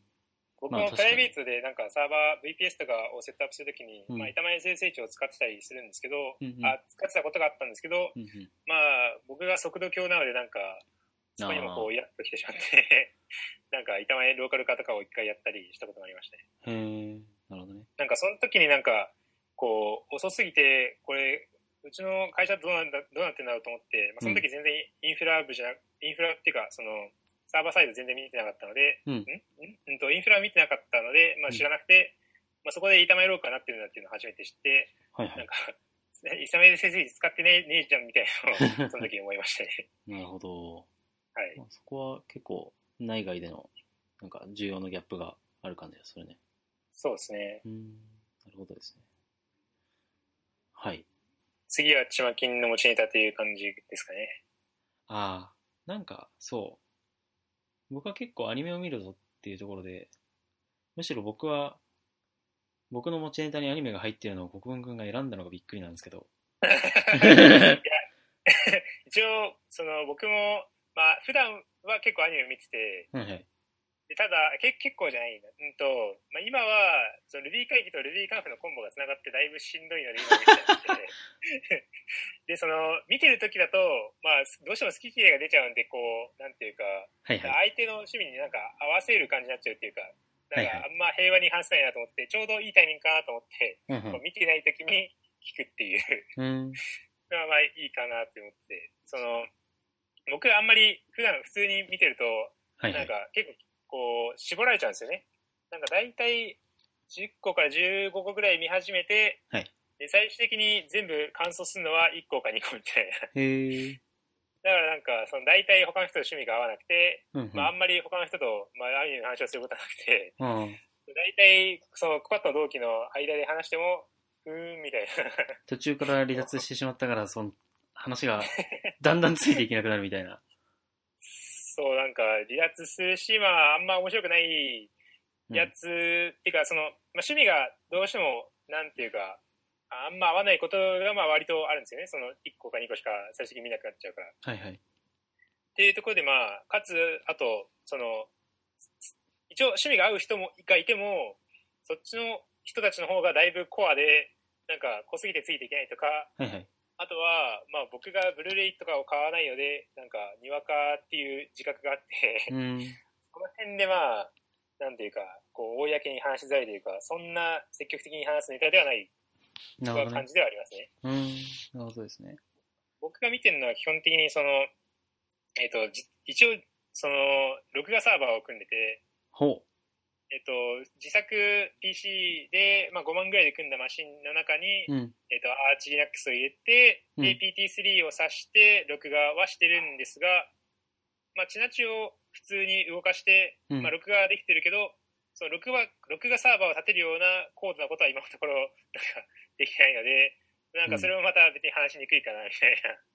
Speaker 2: 僕
Speaker 1: まあ
Speaker 2: も
Speaker 1: 確
Speaker 2: プ
Speaker 1: かに
Speaker 2: ライベートでなんかサーバー VPS とかをセットアップするときに、
Speaker 1: うん
Speaker 2: まあ、板前 SSH を使ってたりするんですけど、
Speaker 1: うんうん
Speaker 2: あ使ってたことがあったんですけど、
Speaker 1: うんうん
Speaker 2: まあ、僕が速度強なので、なんか、そこにもこう、イラッと来てしまって、 [laughs] なんか、板前ローカル化とかを一回やったりしたことがありましたね。
Speaker 1: へえ、なるほどね。
Speaker 2: なんか、その時になんか、こう、遅すぎて、これ、うちの会社どうなんだ、どうなってんだろうと思って、まあ、その時全然インフラ部じゃな、インフラっていうか、その、サーバーサイド全然見てなかったので、
Speaker 1: うん
Speaker 2: んんうんと、インフラ見てなかったので、まあ、知らなくて、まあ、そこで板前ローカルになってるんだっていうのを初めて知って、
Speaker 1: はい
Speaker 2: な
Speaker 1: は
Speaker 2: んか、 [laughs] イサメで先生使ってねえねえじゃんみたいな
Speaker 1: [laughs]
Speaker 2: のを、その時に思いましたね。
Speaker 1: い。なるほど。
Speaker 2: はい。
Speaker 1: まあそこは結構、内外での、なんか、重要なギャップがある感じがするね。
Speaker 2: そうですね。
Speaker 1: うーん。なるほどですね。はい。
Speaker 2: 次はちまきんの持ちネタという感じです
Speaker 1: [laughs]
Speaker 2: かね。
Speaker 1: ああ、なんか、そう。僕は結構アニメを見るぞっていうところで、むしろ僕は、僕の持ちネタにアニメが入ってるのを国分君が選んだのがびっくりなんですけ
Speaker 2: [laughs]
Speaker 1: ど。
Speaker 2: 一応、その僕も、まあ、普段は結構アニメ見てて、
Speaker 1: はいはい。
Speaker 2: でただけ、結構じゃないな。うんと、まあ、今は、その Ruby 会議と Ruby カンフのコンボが繋がってだいぶしんどいので今見てなくてで、 [laughs] その、見てる時だと、まあ、どうしても好き嫌いが出ちゃうんで、こう、なんていうか、
Speaker 1: はいはい。
Speaker 2: 相手の趣味になんか合わせる感じになっちゃうっていうか、だから、あんま平和に反さないなと思って、ちょうどいいタイミングかなと思って、
Speaker 1: うん
Speaker 2: こう見てない時に聞くっていう
Speaker 1: うん。うん。
Speaker 2: のはまあいいかなって思って、その、僕あんまり普段普通に見てると、
Speaker 1: はいは
Speaker 2: なん
Speaker 1: い
Speaker 2: か。結構こう、絞られちゃうんですよね。なんか大体10個から15個ぐらい見始めて、
Speaker 1: はい
Speaker 2: で最終的に全部完走するのは1個か2個みたいな。
Speaker 1: へえ。
Speaker 2: だからなん [laughs] か、その大体他の人と趣味が合わなくて、
Speaker 1: うんうん。
Speaker 2: まああんまり他の人と、まあアニメの話をすることはなくて、
Speaker 1: うん
Speaker 2: 大体、その、コパと同期の間で話しても、うーん、みたいな。
Speaker 1: 途中から離脱してしまったから、その話が [laughs] だんだんついていけなくなるみたいな。
Speaker 2: そう、なんか、離脱するし、まあ、あんま面白くない
Speaker 1: うん
Speaker 2: やつ、っていうか、その、まあ、趣味がどうしても、なんていうか、あんま合わないことが、まあ、割とあるんですよね。その、1個か2個しか最終的に見なくなっちゃうから。っ
Speaker 1: はいはい。
Speaker 2: ていうところで、まあ、かつ、あと、その、一応、趣味が合う人も、がいても、そっちの人たちの方がだいぶコアで、なんか、濃すぎてついていけないとか、
Speaker 1: はいはい。
Speaker 2: あとは、まあ、僕がブルーレイとかを買わないので、なんか、にわかっていう自覚があって、
Speaker 1: うん。
Speaker 2: この辺でまあ、なんていうか、こう、公に話しづらいというか、そんな積極的に話すネタではない
Speaker 1: なるほど
Speaker 2: 感
Speaker 1: ね。
Speaker 2: じではありますね。
Speaker 1: うん。なるほどですね。
Speaker 2: 僕が見てるのは基本的に、その、えっ、と、じ一応、その、録画サーバーを組んでて、
Speaker 1: ほ
Speaker 2: えっ、と、自作 PC で、まあ、5万ぐらいで組んだマシンの中に、
Speaker 1: う。うん。
Speaker 2: えっ、と、アーチリナックスを入れて、
Speaker 1: うん
Speaker 2: APT3 を挿して、録画はしてるんですが、まあ、チナチを普通に動かして、
Speaker 1: うん
Speaker 2: まあ、録画はできてるけど、その録画、録画サーバーを立てるような高度なことは今のところ、なんか、できてないので、なんかそれもまた別に話しにくいかな、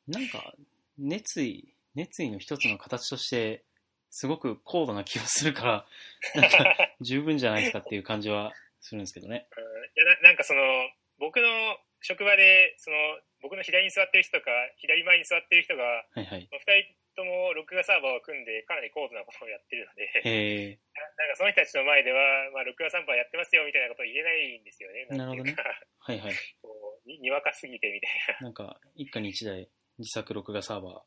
Speaker 2: みたいな。
Speaker 1: なんか、熱意、熱意の一つの形として、すごく高度な気がするから、 [laughs] なんか、十分じゃないですかっていう感じはするんですけどね。
Speaker 2: うんいやななんかその僕の職場でその僕の左に座ってる人とか左前に座ってる人が
Speaker 1: はいはい。
Speaker 2: 2人とも録画サーバーを組んでかなり高度なことをやってるので
Speaker 1: へ
Speaker 2: ななんかその人たちの前では、まあ、録画サーバーやってますよみたいなことを言えないんですよねんていうか
Speaker 1: ー。はいはい。
Speaker 2: [laughs] こうににわかすぎてみたいな
Speaker 1: なんか、一家に一台、自作録画サーバ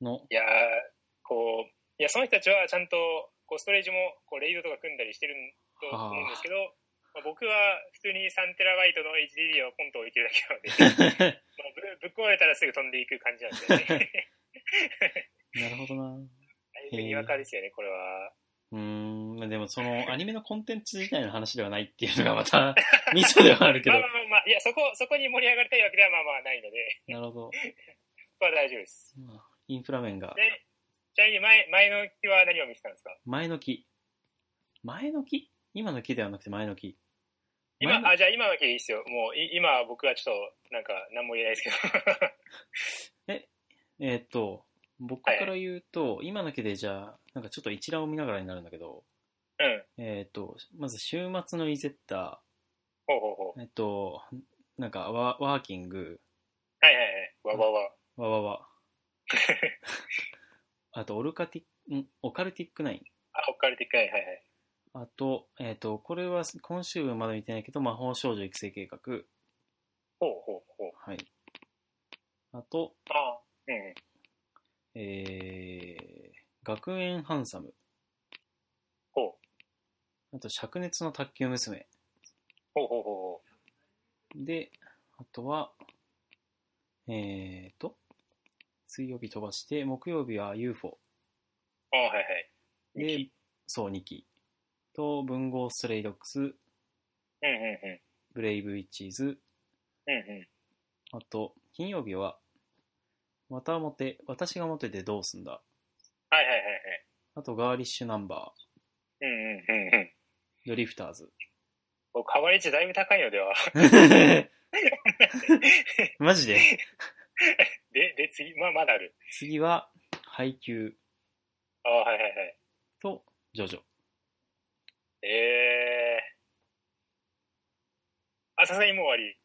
Speaker 1: ーの、 [laughs]
Speaker 2: いやーこういやその人たちはちゃんとこうストレージもこうレイドとか組んだりしてるんと思うんですけど、まあ、僕は普通に3テラバイトの HDD をポンと置いてるだけなので。
Speaker 1: [laughs]
Speaker 2: まあ、ぶぶっ壊れたらすぐ飛んでいく感じなんですよね。
Speaker 1: なるほどな。
Speaker 2: だいぶにわかですよね、これは。
Speaker 1: うーん、まあでもそのアニメのコンテンツ自体の話ではないっていうのがまた、ミソではあるけ
Speaker 2: [laughs] ま
Speaker 1: ど
Speaker 2: あ。まあまあまあ、いや、そこ、そこに盛り上がりたいわけではまあまあないので、
Speaker 1: なるほど。
Speaker 2: そこは大丈夫です。
Speaker 1: まあインフラ面が
Speaker 2: で、ちなみに前、前の日は何を見てたんですか
Speaker 1: 前の木。前の木今の木ではなくて前の木。
Speaker 2: 今
Speaker 1: 前、の
Speaker 2: あ、じゃあ今の日いいですよ。もう、い今は僕はちょっと、なんか、何も言えないですけど。 [laughs]
Speaker 1: えーっと、僕から言うと、今の木でじゃあ、なんかちょっと一覧を見ながらになるんだけど、
Speaker 2: うん。
Speaker 1: えーっと、まず週末のイゼッタ、
Speaker 2: ほうほうほう。
Speaker 1: えっと、なんかワワーキング、
Speaker 2: はいはいはい。わわわ。
Speaker 1: わわ
Speaker 2: [laughs]
Speaker 1: わ。あと、オルカティック、んオカルティックナイン。
Speaker 2: あ、ほっかれて一回、はいはい。
Speaker 1: あと、えっ、と、これは今週分まだ見てないけど、魔法少女育成計画。
Speaker 2: ほうほうほう。
Speaker 1: はい。あと、
Speaker 2: あうん。
Speaker 1: えー、学園ハンサム。
Speaker 2: ほう。
Speaker 1: あと、灼熱の卓球娘。
Speaker 2: ほうほうほうほう。
Speaker 1: で、あとは、えーと、水曜日飛ばして、木曜日は UFO。
Speaker 2: あはいはい。
Speaker 1: で、そう、2期。と、文豪ストレイドックス、
Speaker 2: うんうんう
Speaker 1: ブレイブウィッチーズ。
Speaker 2: ん。うんうん。
Speaker 1: あと、金曜日は、またモテ、私がモテてどうすんだ。
Speaker 2: はいはいはいはい。
Speaker 1: あと、ガーリッシュナンバ
Speaker 2: うんうんうんうん。
Speaker 1: ー、ドリフターズ。 [laughs]
Speaker 2: 僕、ハマり値だいぶ高いのでは。 [laughs]
Speaker 1: マジで
Speaker 2: で、で、次、まあ、まだある。
Speaker 1: 次は、配給
Speaker 2: ああ、はいはいはい。
Speaker 1: と、ジョジョ。
Speaker 2: ええー。あ、さすがにもう終わり。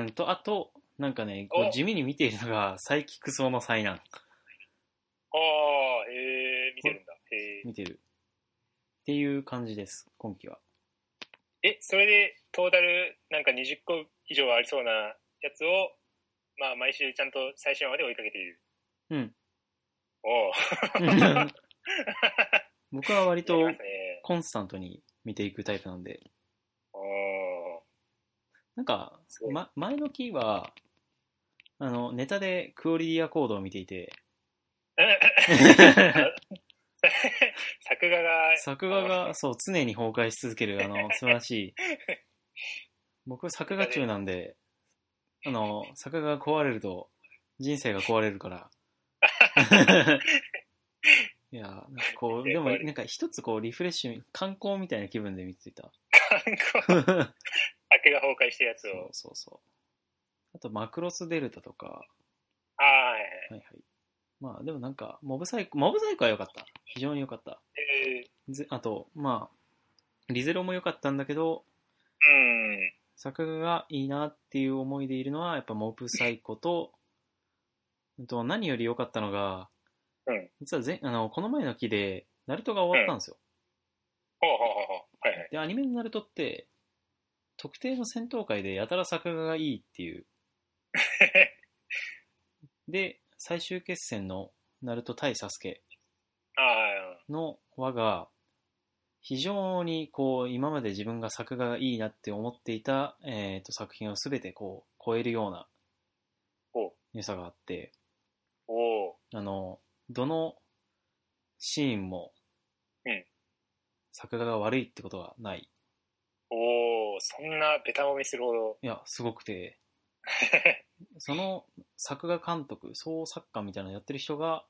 Speaker 1: うんと、あと、なんかね、こう
Speaker 2: お
Speaker 1: 地味に見ているのが、サイキック層の災難。
Speaker 2: ああ、ええー、見てるんだ。え
Speaker 1: 見てる。っていう感じです、今 [laughs] 期は。
Speaker 2: ー、え、それで、トータル、なんか20個以上ありそうなやつを、まあ、毎週ちゃんと最新話まで追いかけている。
Speaker 1: うん。
Speaker 2: おお。
Speaker 1: 僕は割と
Speaker 2: やりますね
Speaker 1: コンスタントに見ていくタイプなんで、
Speaker 2: ああ、
Speaker 1: なんか
Speaker 2: そ、う
Speaker 1: ま、前の期は、あの、ネタでクオリティアコードを見てい [laughs] て、 [laughs]
Speaker 2: 作画が、
Speaker 1: 作画が、そう、常に崩壊し続ける、あ [laughs] の、素晴らしい。僕、作画中なんで、あの、作画が壊れると、人生が壊れる [laughs] から。いや、なんかこう、でも、なんか一つこう、リフレッシュ、観光みたいな気分で見てた。
Speaker 2: 観光、
Speaker 1: [laughs] そう
Speaker 2: 明けが崩壊したやつを。
Speaker 1: そうそう。あと、マクロスデルタとか、
Speaker 2: ああ、はいはい
Speaker 1: はいはい。まあ、でもなんか、モブサイク、モブサイクは良かった。非常に良かった。
Speaker 2: え
Speaker 1: ずあと、まあ、リゼロも良かったんだけど、
Speaker 2: ーうん。
Speaker 1: 作画がいいなっていう思いでいるのはやっぱモブサイコとうんと何より良かったのが、
Speaker 2: うん
Speaker 1: 実は前あのこの前の期でナルトが終わったんですよ、
Speaker 2: ほうほうほうほう。はいはい。
Speaker 1: でアニメのナルトって特定の戦闘会でやたら作画がいいっていうで最終決戦のナルト対サスケ
Speaker 2: あ
Speaker 1: の輪が非常にこう今まで自分が作画がいいなって思っていた、えー、と作品を全てこう超えるような
Speaker 2: お
Speaker 1: 良さがあって
Speaker 2: あ、おお。
Speaker 1: あのどのシーンも
Speaker 2: うん
Speaker 1: 作画が悪いってことはない
Speaker 2: おお、そんなベタ褒めするほど。 [laughs]
Speaker 1: いやすごくてその作画監督総作家みたいなのやってる人が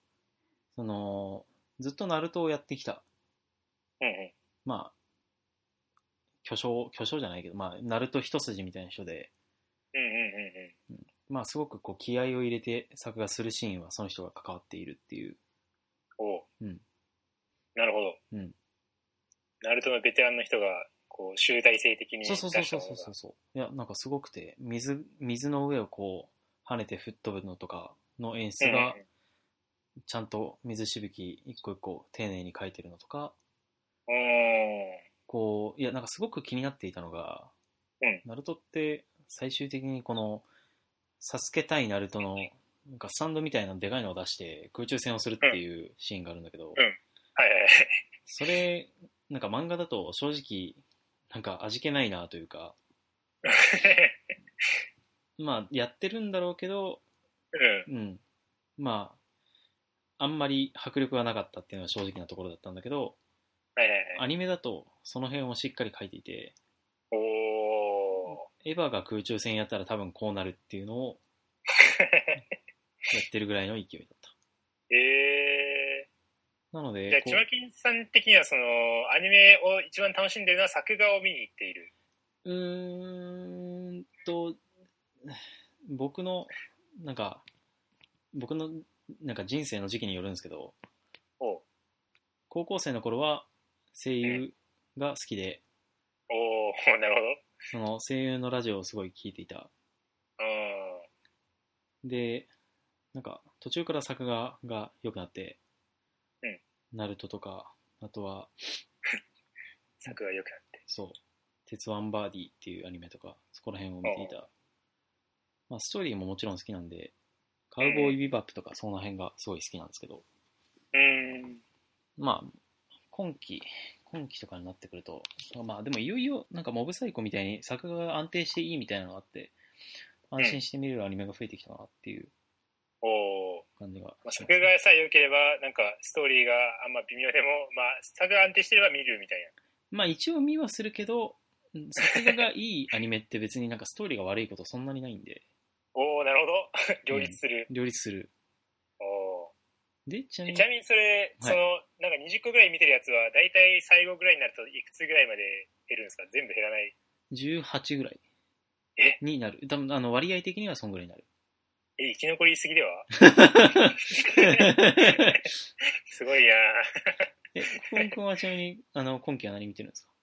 Speaker 1: そのずっとナルトをやってきた
Speaker 2: うんうん。
Speaker 1: まあ、巨匠、巨匠じゃないけど、まあ、ナルト一筋みたいな人で、
Speaker 2: うんうんうんうん。
Speaker 1: まあ、すごくこう、気合を入れて作画するシーンはその人が関わっているっていう。
Speaker 2: おお。
Speaker 1: うん
Speaker 2: なるほど。
Speaker 1: うん。
Speaker 2: ナルトのベテランの人が、こう、集大成的に
Speaker 1: そう
Speaker 2: 出
Speaker 1: そうそう
Speaker 2: した
Speaker 1: そう
Speaker 2: もの
Speaker 1: そう
Speaker 2: が。
Speaker 1: そうそう。いや、なんかすごくて、水、水の上をこう、跳ねて吹っ飛ぶのとかの演出
Speaker 2: うんうん
Speaker 1: が、ちゃんと水しぶき一個一個丁寧に描いてるのとか、
Speaker 2: うん。う
Speaker 1: こう、いや、なんかすごく気になっていたのが、
Speaker 2: うん
Speaker 1: ナルトって最終的にこの、サスケ対ナルトの、なんかスタンドみたいなでかいのを出して空中戦をするっていうシーンがあるんだけど、
Speaker 2: うんーん。はいはい [laughs] はい。
Speaker 1: それ、なんか漫画だと正直、なんか味気ないなというか、まあやってるんだろうけど、
Speaker 2: うん。
Speaker 1: うん、まあ、あんまり迫力がなかったっていうのは正直なところだったんだけど、
Speaker 2: はいはいはい。
Speaker 1: アニメだとその辺をしっかり書いていて、
Speaker 2: おお。
Speaker 1: エヴァが空中戦やったら多分こうなるっていうのをやってるぐらいの勢いだっ
Speaker 2: ええー。
Speaker 1: た。なの
Speaker 2: じゃあ
Speaker 1: で、、こ
Speaker 2: ちまきんさん的には、その、アニメを一番楽しんでるのは作画を見に行っている。
Speaker 1: ううーんと、僕の、なんか、僕の、なんか人生の時期によるんですけど、
Speaker 2: おう
Speaker 1: 高校生の頃は声優が好きで、
Speaker 2: おー [laughs] なるほ
Speaker 1: その声優のラジオをすごい聞いていた。
Speaker 2: ど。うん。
Speaker 1: で、なんか途中から作画が良くなって、
Speaker 2: うん
Speaker 1: ナルトとか、あとは、
Speaker 2: 作画良くなって。
Speaker 1: そう。鉄腕バーディっていうアニメとか、そこら辺を見ていた。まあ、ストーリーももちろん好きなんで、カウボーイビバップとか、その辺がすごい好きなんですけど、
Speaker 2: うーん。
Speaker 1: まあ、今期、今期とかになってくると、まあ、でもいよいよ、なんかモブサイコみたいに作画が安定していいみたいなのがあって、安心して見れるアニメが増えてきたなっていう
Speaker 2: おー
Speaker 1: 感じが
Speaker 2: まあ、
Speaker 1: しま
Speaker 2: 作
Speaker 1: す
Speaker 2: 画さえ良ければ、なんか、ストーリーがあんま微妙でも、まあ、作画安定してれば見るみたい
Speaker 1: まあ、一応見はするけど、うん作画がいいアニメって別になんかストーリーが悪いことそんなにないん
Speaker 2: [laughs]
Speaker 1: で、
Speaker 2: な。おおなるほど。 [laughs] 両立する。
Speaker 1: 両立する。
Speaker 2: お
Speaker 1: で、ちな
Speaker 2: ー
Speaker 1: み
Speaker 2: え
Speaker 1: に
Speaker 2: ちなみにそれ、
Speaker 1: はい
Speaker 2: その、なんか20個ぐらい見てるやつは、だいたい最後ぐらいになると、いくつぐらいまで減るんですか全部減らない。
Speaker 1: 18ぐらい
Speaker 2: え
Speaker 1: になる。多分あの割合的にはそんぐらいにな
Speaker 2: [laughs]
Speaker 1: る。
Speaker 2: え、生き残りすぎでは [laughs] すごいな [laughs]
Speaker 1: え、ふんくんはちなみに、あの、今期は何見てるんですか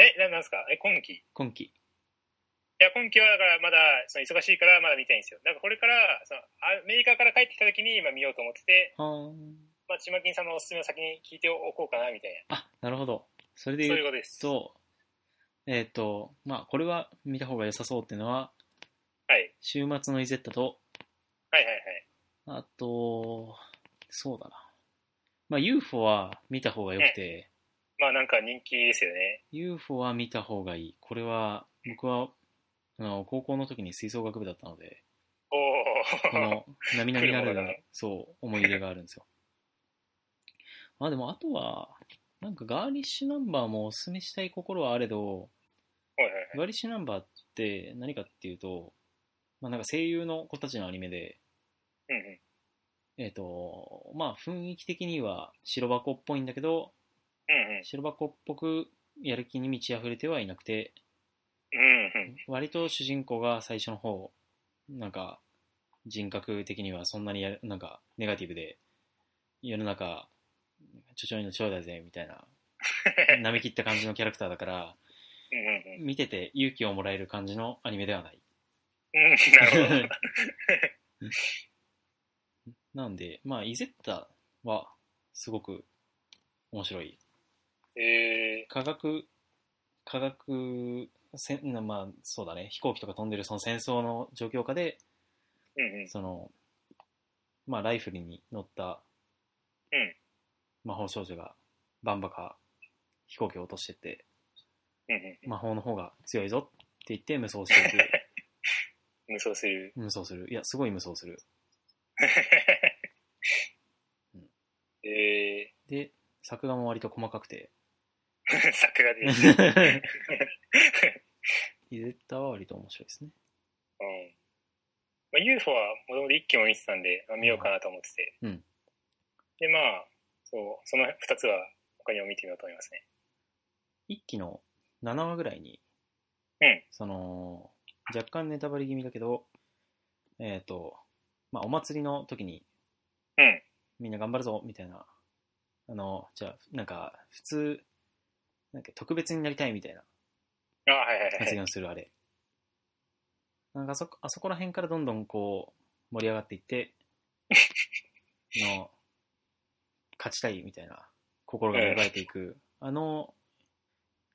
Speaker 2: え、ななんですかえ、今期
Speaker 1: 今期。
Speaker 2: いや、今期はだからまだ、その忙しいからまだ見たいんですよ。なんかこれから、そのアメリカから帰ってきた時に今見ようと思ってて、
Speaker 1: あー
Speaker 2: まあ、ちまきんさんのおすすめを先に聞いておこうかな、みたい
Speaker 1: あ、なるほど。それ
Speaker 2: な。
Speaker 1: で
Speaker 2: そ
Speaker 1: 言
Speaker 2: ういう
Speaker 1: う
Speaker 2: ことです。
Speaker 1: と、えっ、と、まあ、これは見た方が良さそうっていうのは、
Speaker 2: はい。
Speaker 1: 週末のイゼッタと、
Speaker 2: はいはいはい。
Speaker 1: あと、そうだな。まあ、UFO は見た方が良くて、
Speaker 2: まあなんか人気ですよね。
Speaker 1: UFO は見た方がいい。これは、僕は、あの、高校の時に吹奏楽部だったので、
Speaker 2: お [laughs]
Speaker 1: こ
Speaker 2: お。
Speaker 1: の、なみなみなる
Speaker 2: 来るもの
Speaker 1: な
Speaker 2: だね、
Speaker 1: そう、思い入れがあるんですよ。まあでも、あとは、なんかガーリッシュナンバーもおすすめしたい心はあれど、
Speaker 2: はいはいはい。
Speaker 1: ガーリッシュナンバーって何かっていうと、まあなんか声優の子たちのアニメで、
Speaker 2: うんうん。
Speaker 1: えっ、と、まあ雰囲気的には白箱っぽいんだけど、
Speaker 2: うん
Speaker 1: 白箱っぽくやる気に満ち溢れてはいなくて、
Speaker 2: うん。うんうん。
Speaker 1: 割と主人公が最初の方、なんか人格的にはそんなにやるなんかネガティブで、世の中、ちょちょいのちょうだいぜ、みたい
Speaker 2: [laughs]
Speaker 1: な、舐め切った感じのキャラクターだから、
Speaker 2: うんうんうん。
Speaker 1: 見てて勇気をもらえる感じのアニメではない。
Speaker 2: うん、なる
Speaker 1: [laughs]
Speaker 2: ほど。
Speaker 1: なんで、まあ、イゼッタはすごく面白い。
Speaker 2: え
Speaker 1: 科学、科学、せんなまあ、そうだね、飛行機とか飛んでるその戦争の状況下で、
Speaker 2: ー、うんうん。
Speaker 1: その、まあ、ライフルに乗った
Speaker 2: うん
Speaker 1: 魔法少女がバンバカ飛行機を落としてって、
Speaker 2: うんうん
Speaker 1: 魔法の方が強いぞって言って無双してい
Speaker 2: [laughs]
Speaker 1: く。
Speaker 2: 無双する。
Speaker 1: 無双する。いや、すごい無双する。
Speaker 2: え
Speaker 1: で、作画も割と細かく
Speaker 2: [laughs]
Speaker 1: て、
Speaker 2: ー、 [laughs] 作画で。
Speaker 1: [laughs]
Speaker 2: うん。
Speaker 1: イゼッタは割と面白いですね。
Speaker 2: まあ、UFO はもともと一気も見てたんで、まあ見ようかなと思ってて。
Speaker 1: うん
Speaker 2: で、まあ、そう、その二つは他にも見てみようと思いますね。
Speaker 1: 一期の7話ぐらいに、
Speaker 2: うん
Speaker 1: その、若干ネタバレ気味だけど、えっ、と、まあ、お祭りの時に、
Speaker 2: うん
Speaker 1: みんな頑張るぞ、みたいな。あの、じゃあ、なんか、普通、なんか特別になりたいみたいな
Speaker 2: あはいはいはい
Speaker 1: 発。言をするあれ。なんかあそこ、あそこら辺からどんどんこう、盛り上がっていっ
Speaker 2: [laughs]
Speaker 1: て、あの、勝ちたいみたいな心が芽生えていく。あの、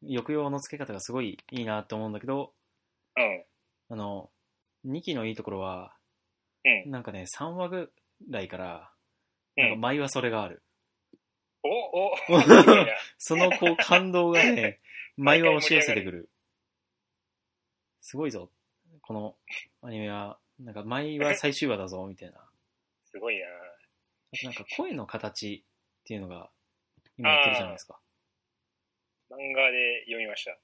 Speaker 1: 抑揚のつけ方がすごいいいなと思うんだけど、
Speaker 2: うん。
Speaker 1: あの、2期のいいところは、
Speaker 2: う
Speaker 1: なんかね、3話ぐらいから、
Speaker 2: うん
Speaker 1: なんか毎話それがある。
Speaker 2: お
Speaker 1: [laughs]
Speaker 2: おすごいな
Speaker 1: そのこう感動が [laughs] ね、毎話押し寄せてくる。すごいぞ。このアニメは、なんか毎話最終話だぞ、みたいな。
Speaker 2: すごいな
Speaker 1: なんか声の形っていうのが今やってるじゃないですか。
Speaker 2: 漫画で読みました。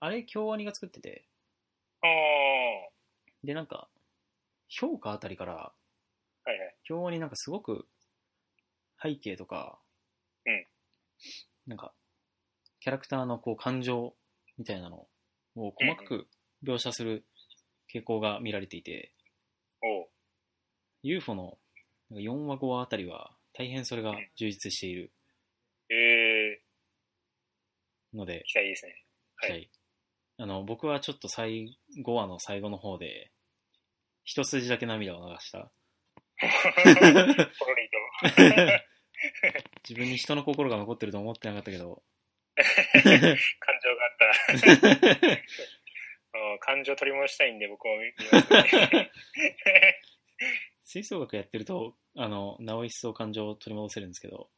Speaker 1: あれ、京アニが作ってて、
Speaker 2: ああ、は
Speaker 1: で、なんか、評価あたりから、
Speaker 2: いはい。
Speaker 1: 京アニなんかすごく背景とか、
Speaker 2: うん
Speaker 1: なんか、キャラクターのこう感情みたいなのを細かく描写する傾向が見られていて、
Speaker 2: おう
Speaker 1: UFO のなんか4話5話あたりは大変それが充実している
Speaker 2: ええ
Speaker 1: ので、
Speaker 2: 期待で
Speaker 1: [laughs]
Speaker 2: すね。はい
Speaker 1: はいあの僕はちょっと最5話の最後の方で一筋だけ涙を流
Speaker 2: [laughs]
Speaker 1: した。
Speaker 2: ポロリと。
Speaker 1: 自分に人の心が残ってると思ってなかったけ
Speaker 2: [laughs]
Speaker 1: ど、
Speaker 2: 感情があった。うん感情取り戻したいんで僕も見ますね。
Speaker 1: 吹奏楽やってると、あの、なお一層感情を取り戻せるんですけど、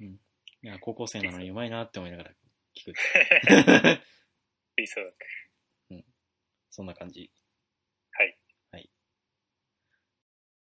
Speaker 2: うん
Speaker 1: いや高校生なのにうまいなって思いながら聞く。
Speaker 2: [laughs]
Speaker 1: [laughs]
Speaker 2: 吹奏楽。
Speaker 1: そんな感じ。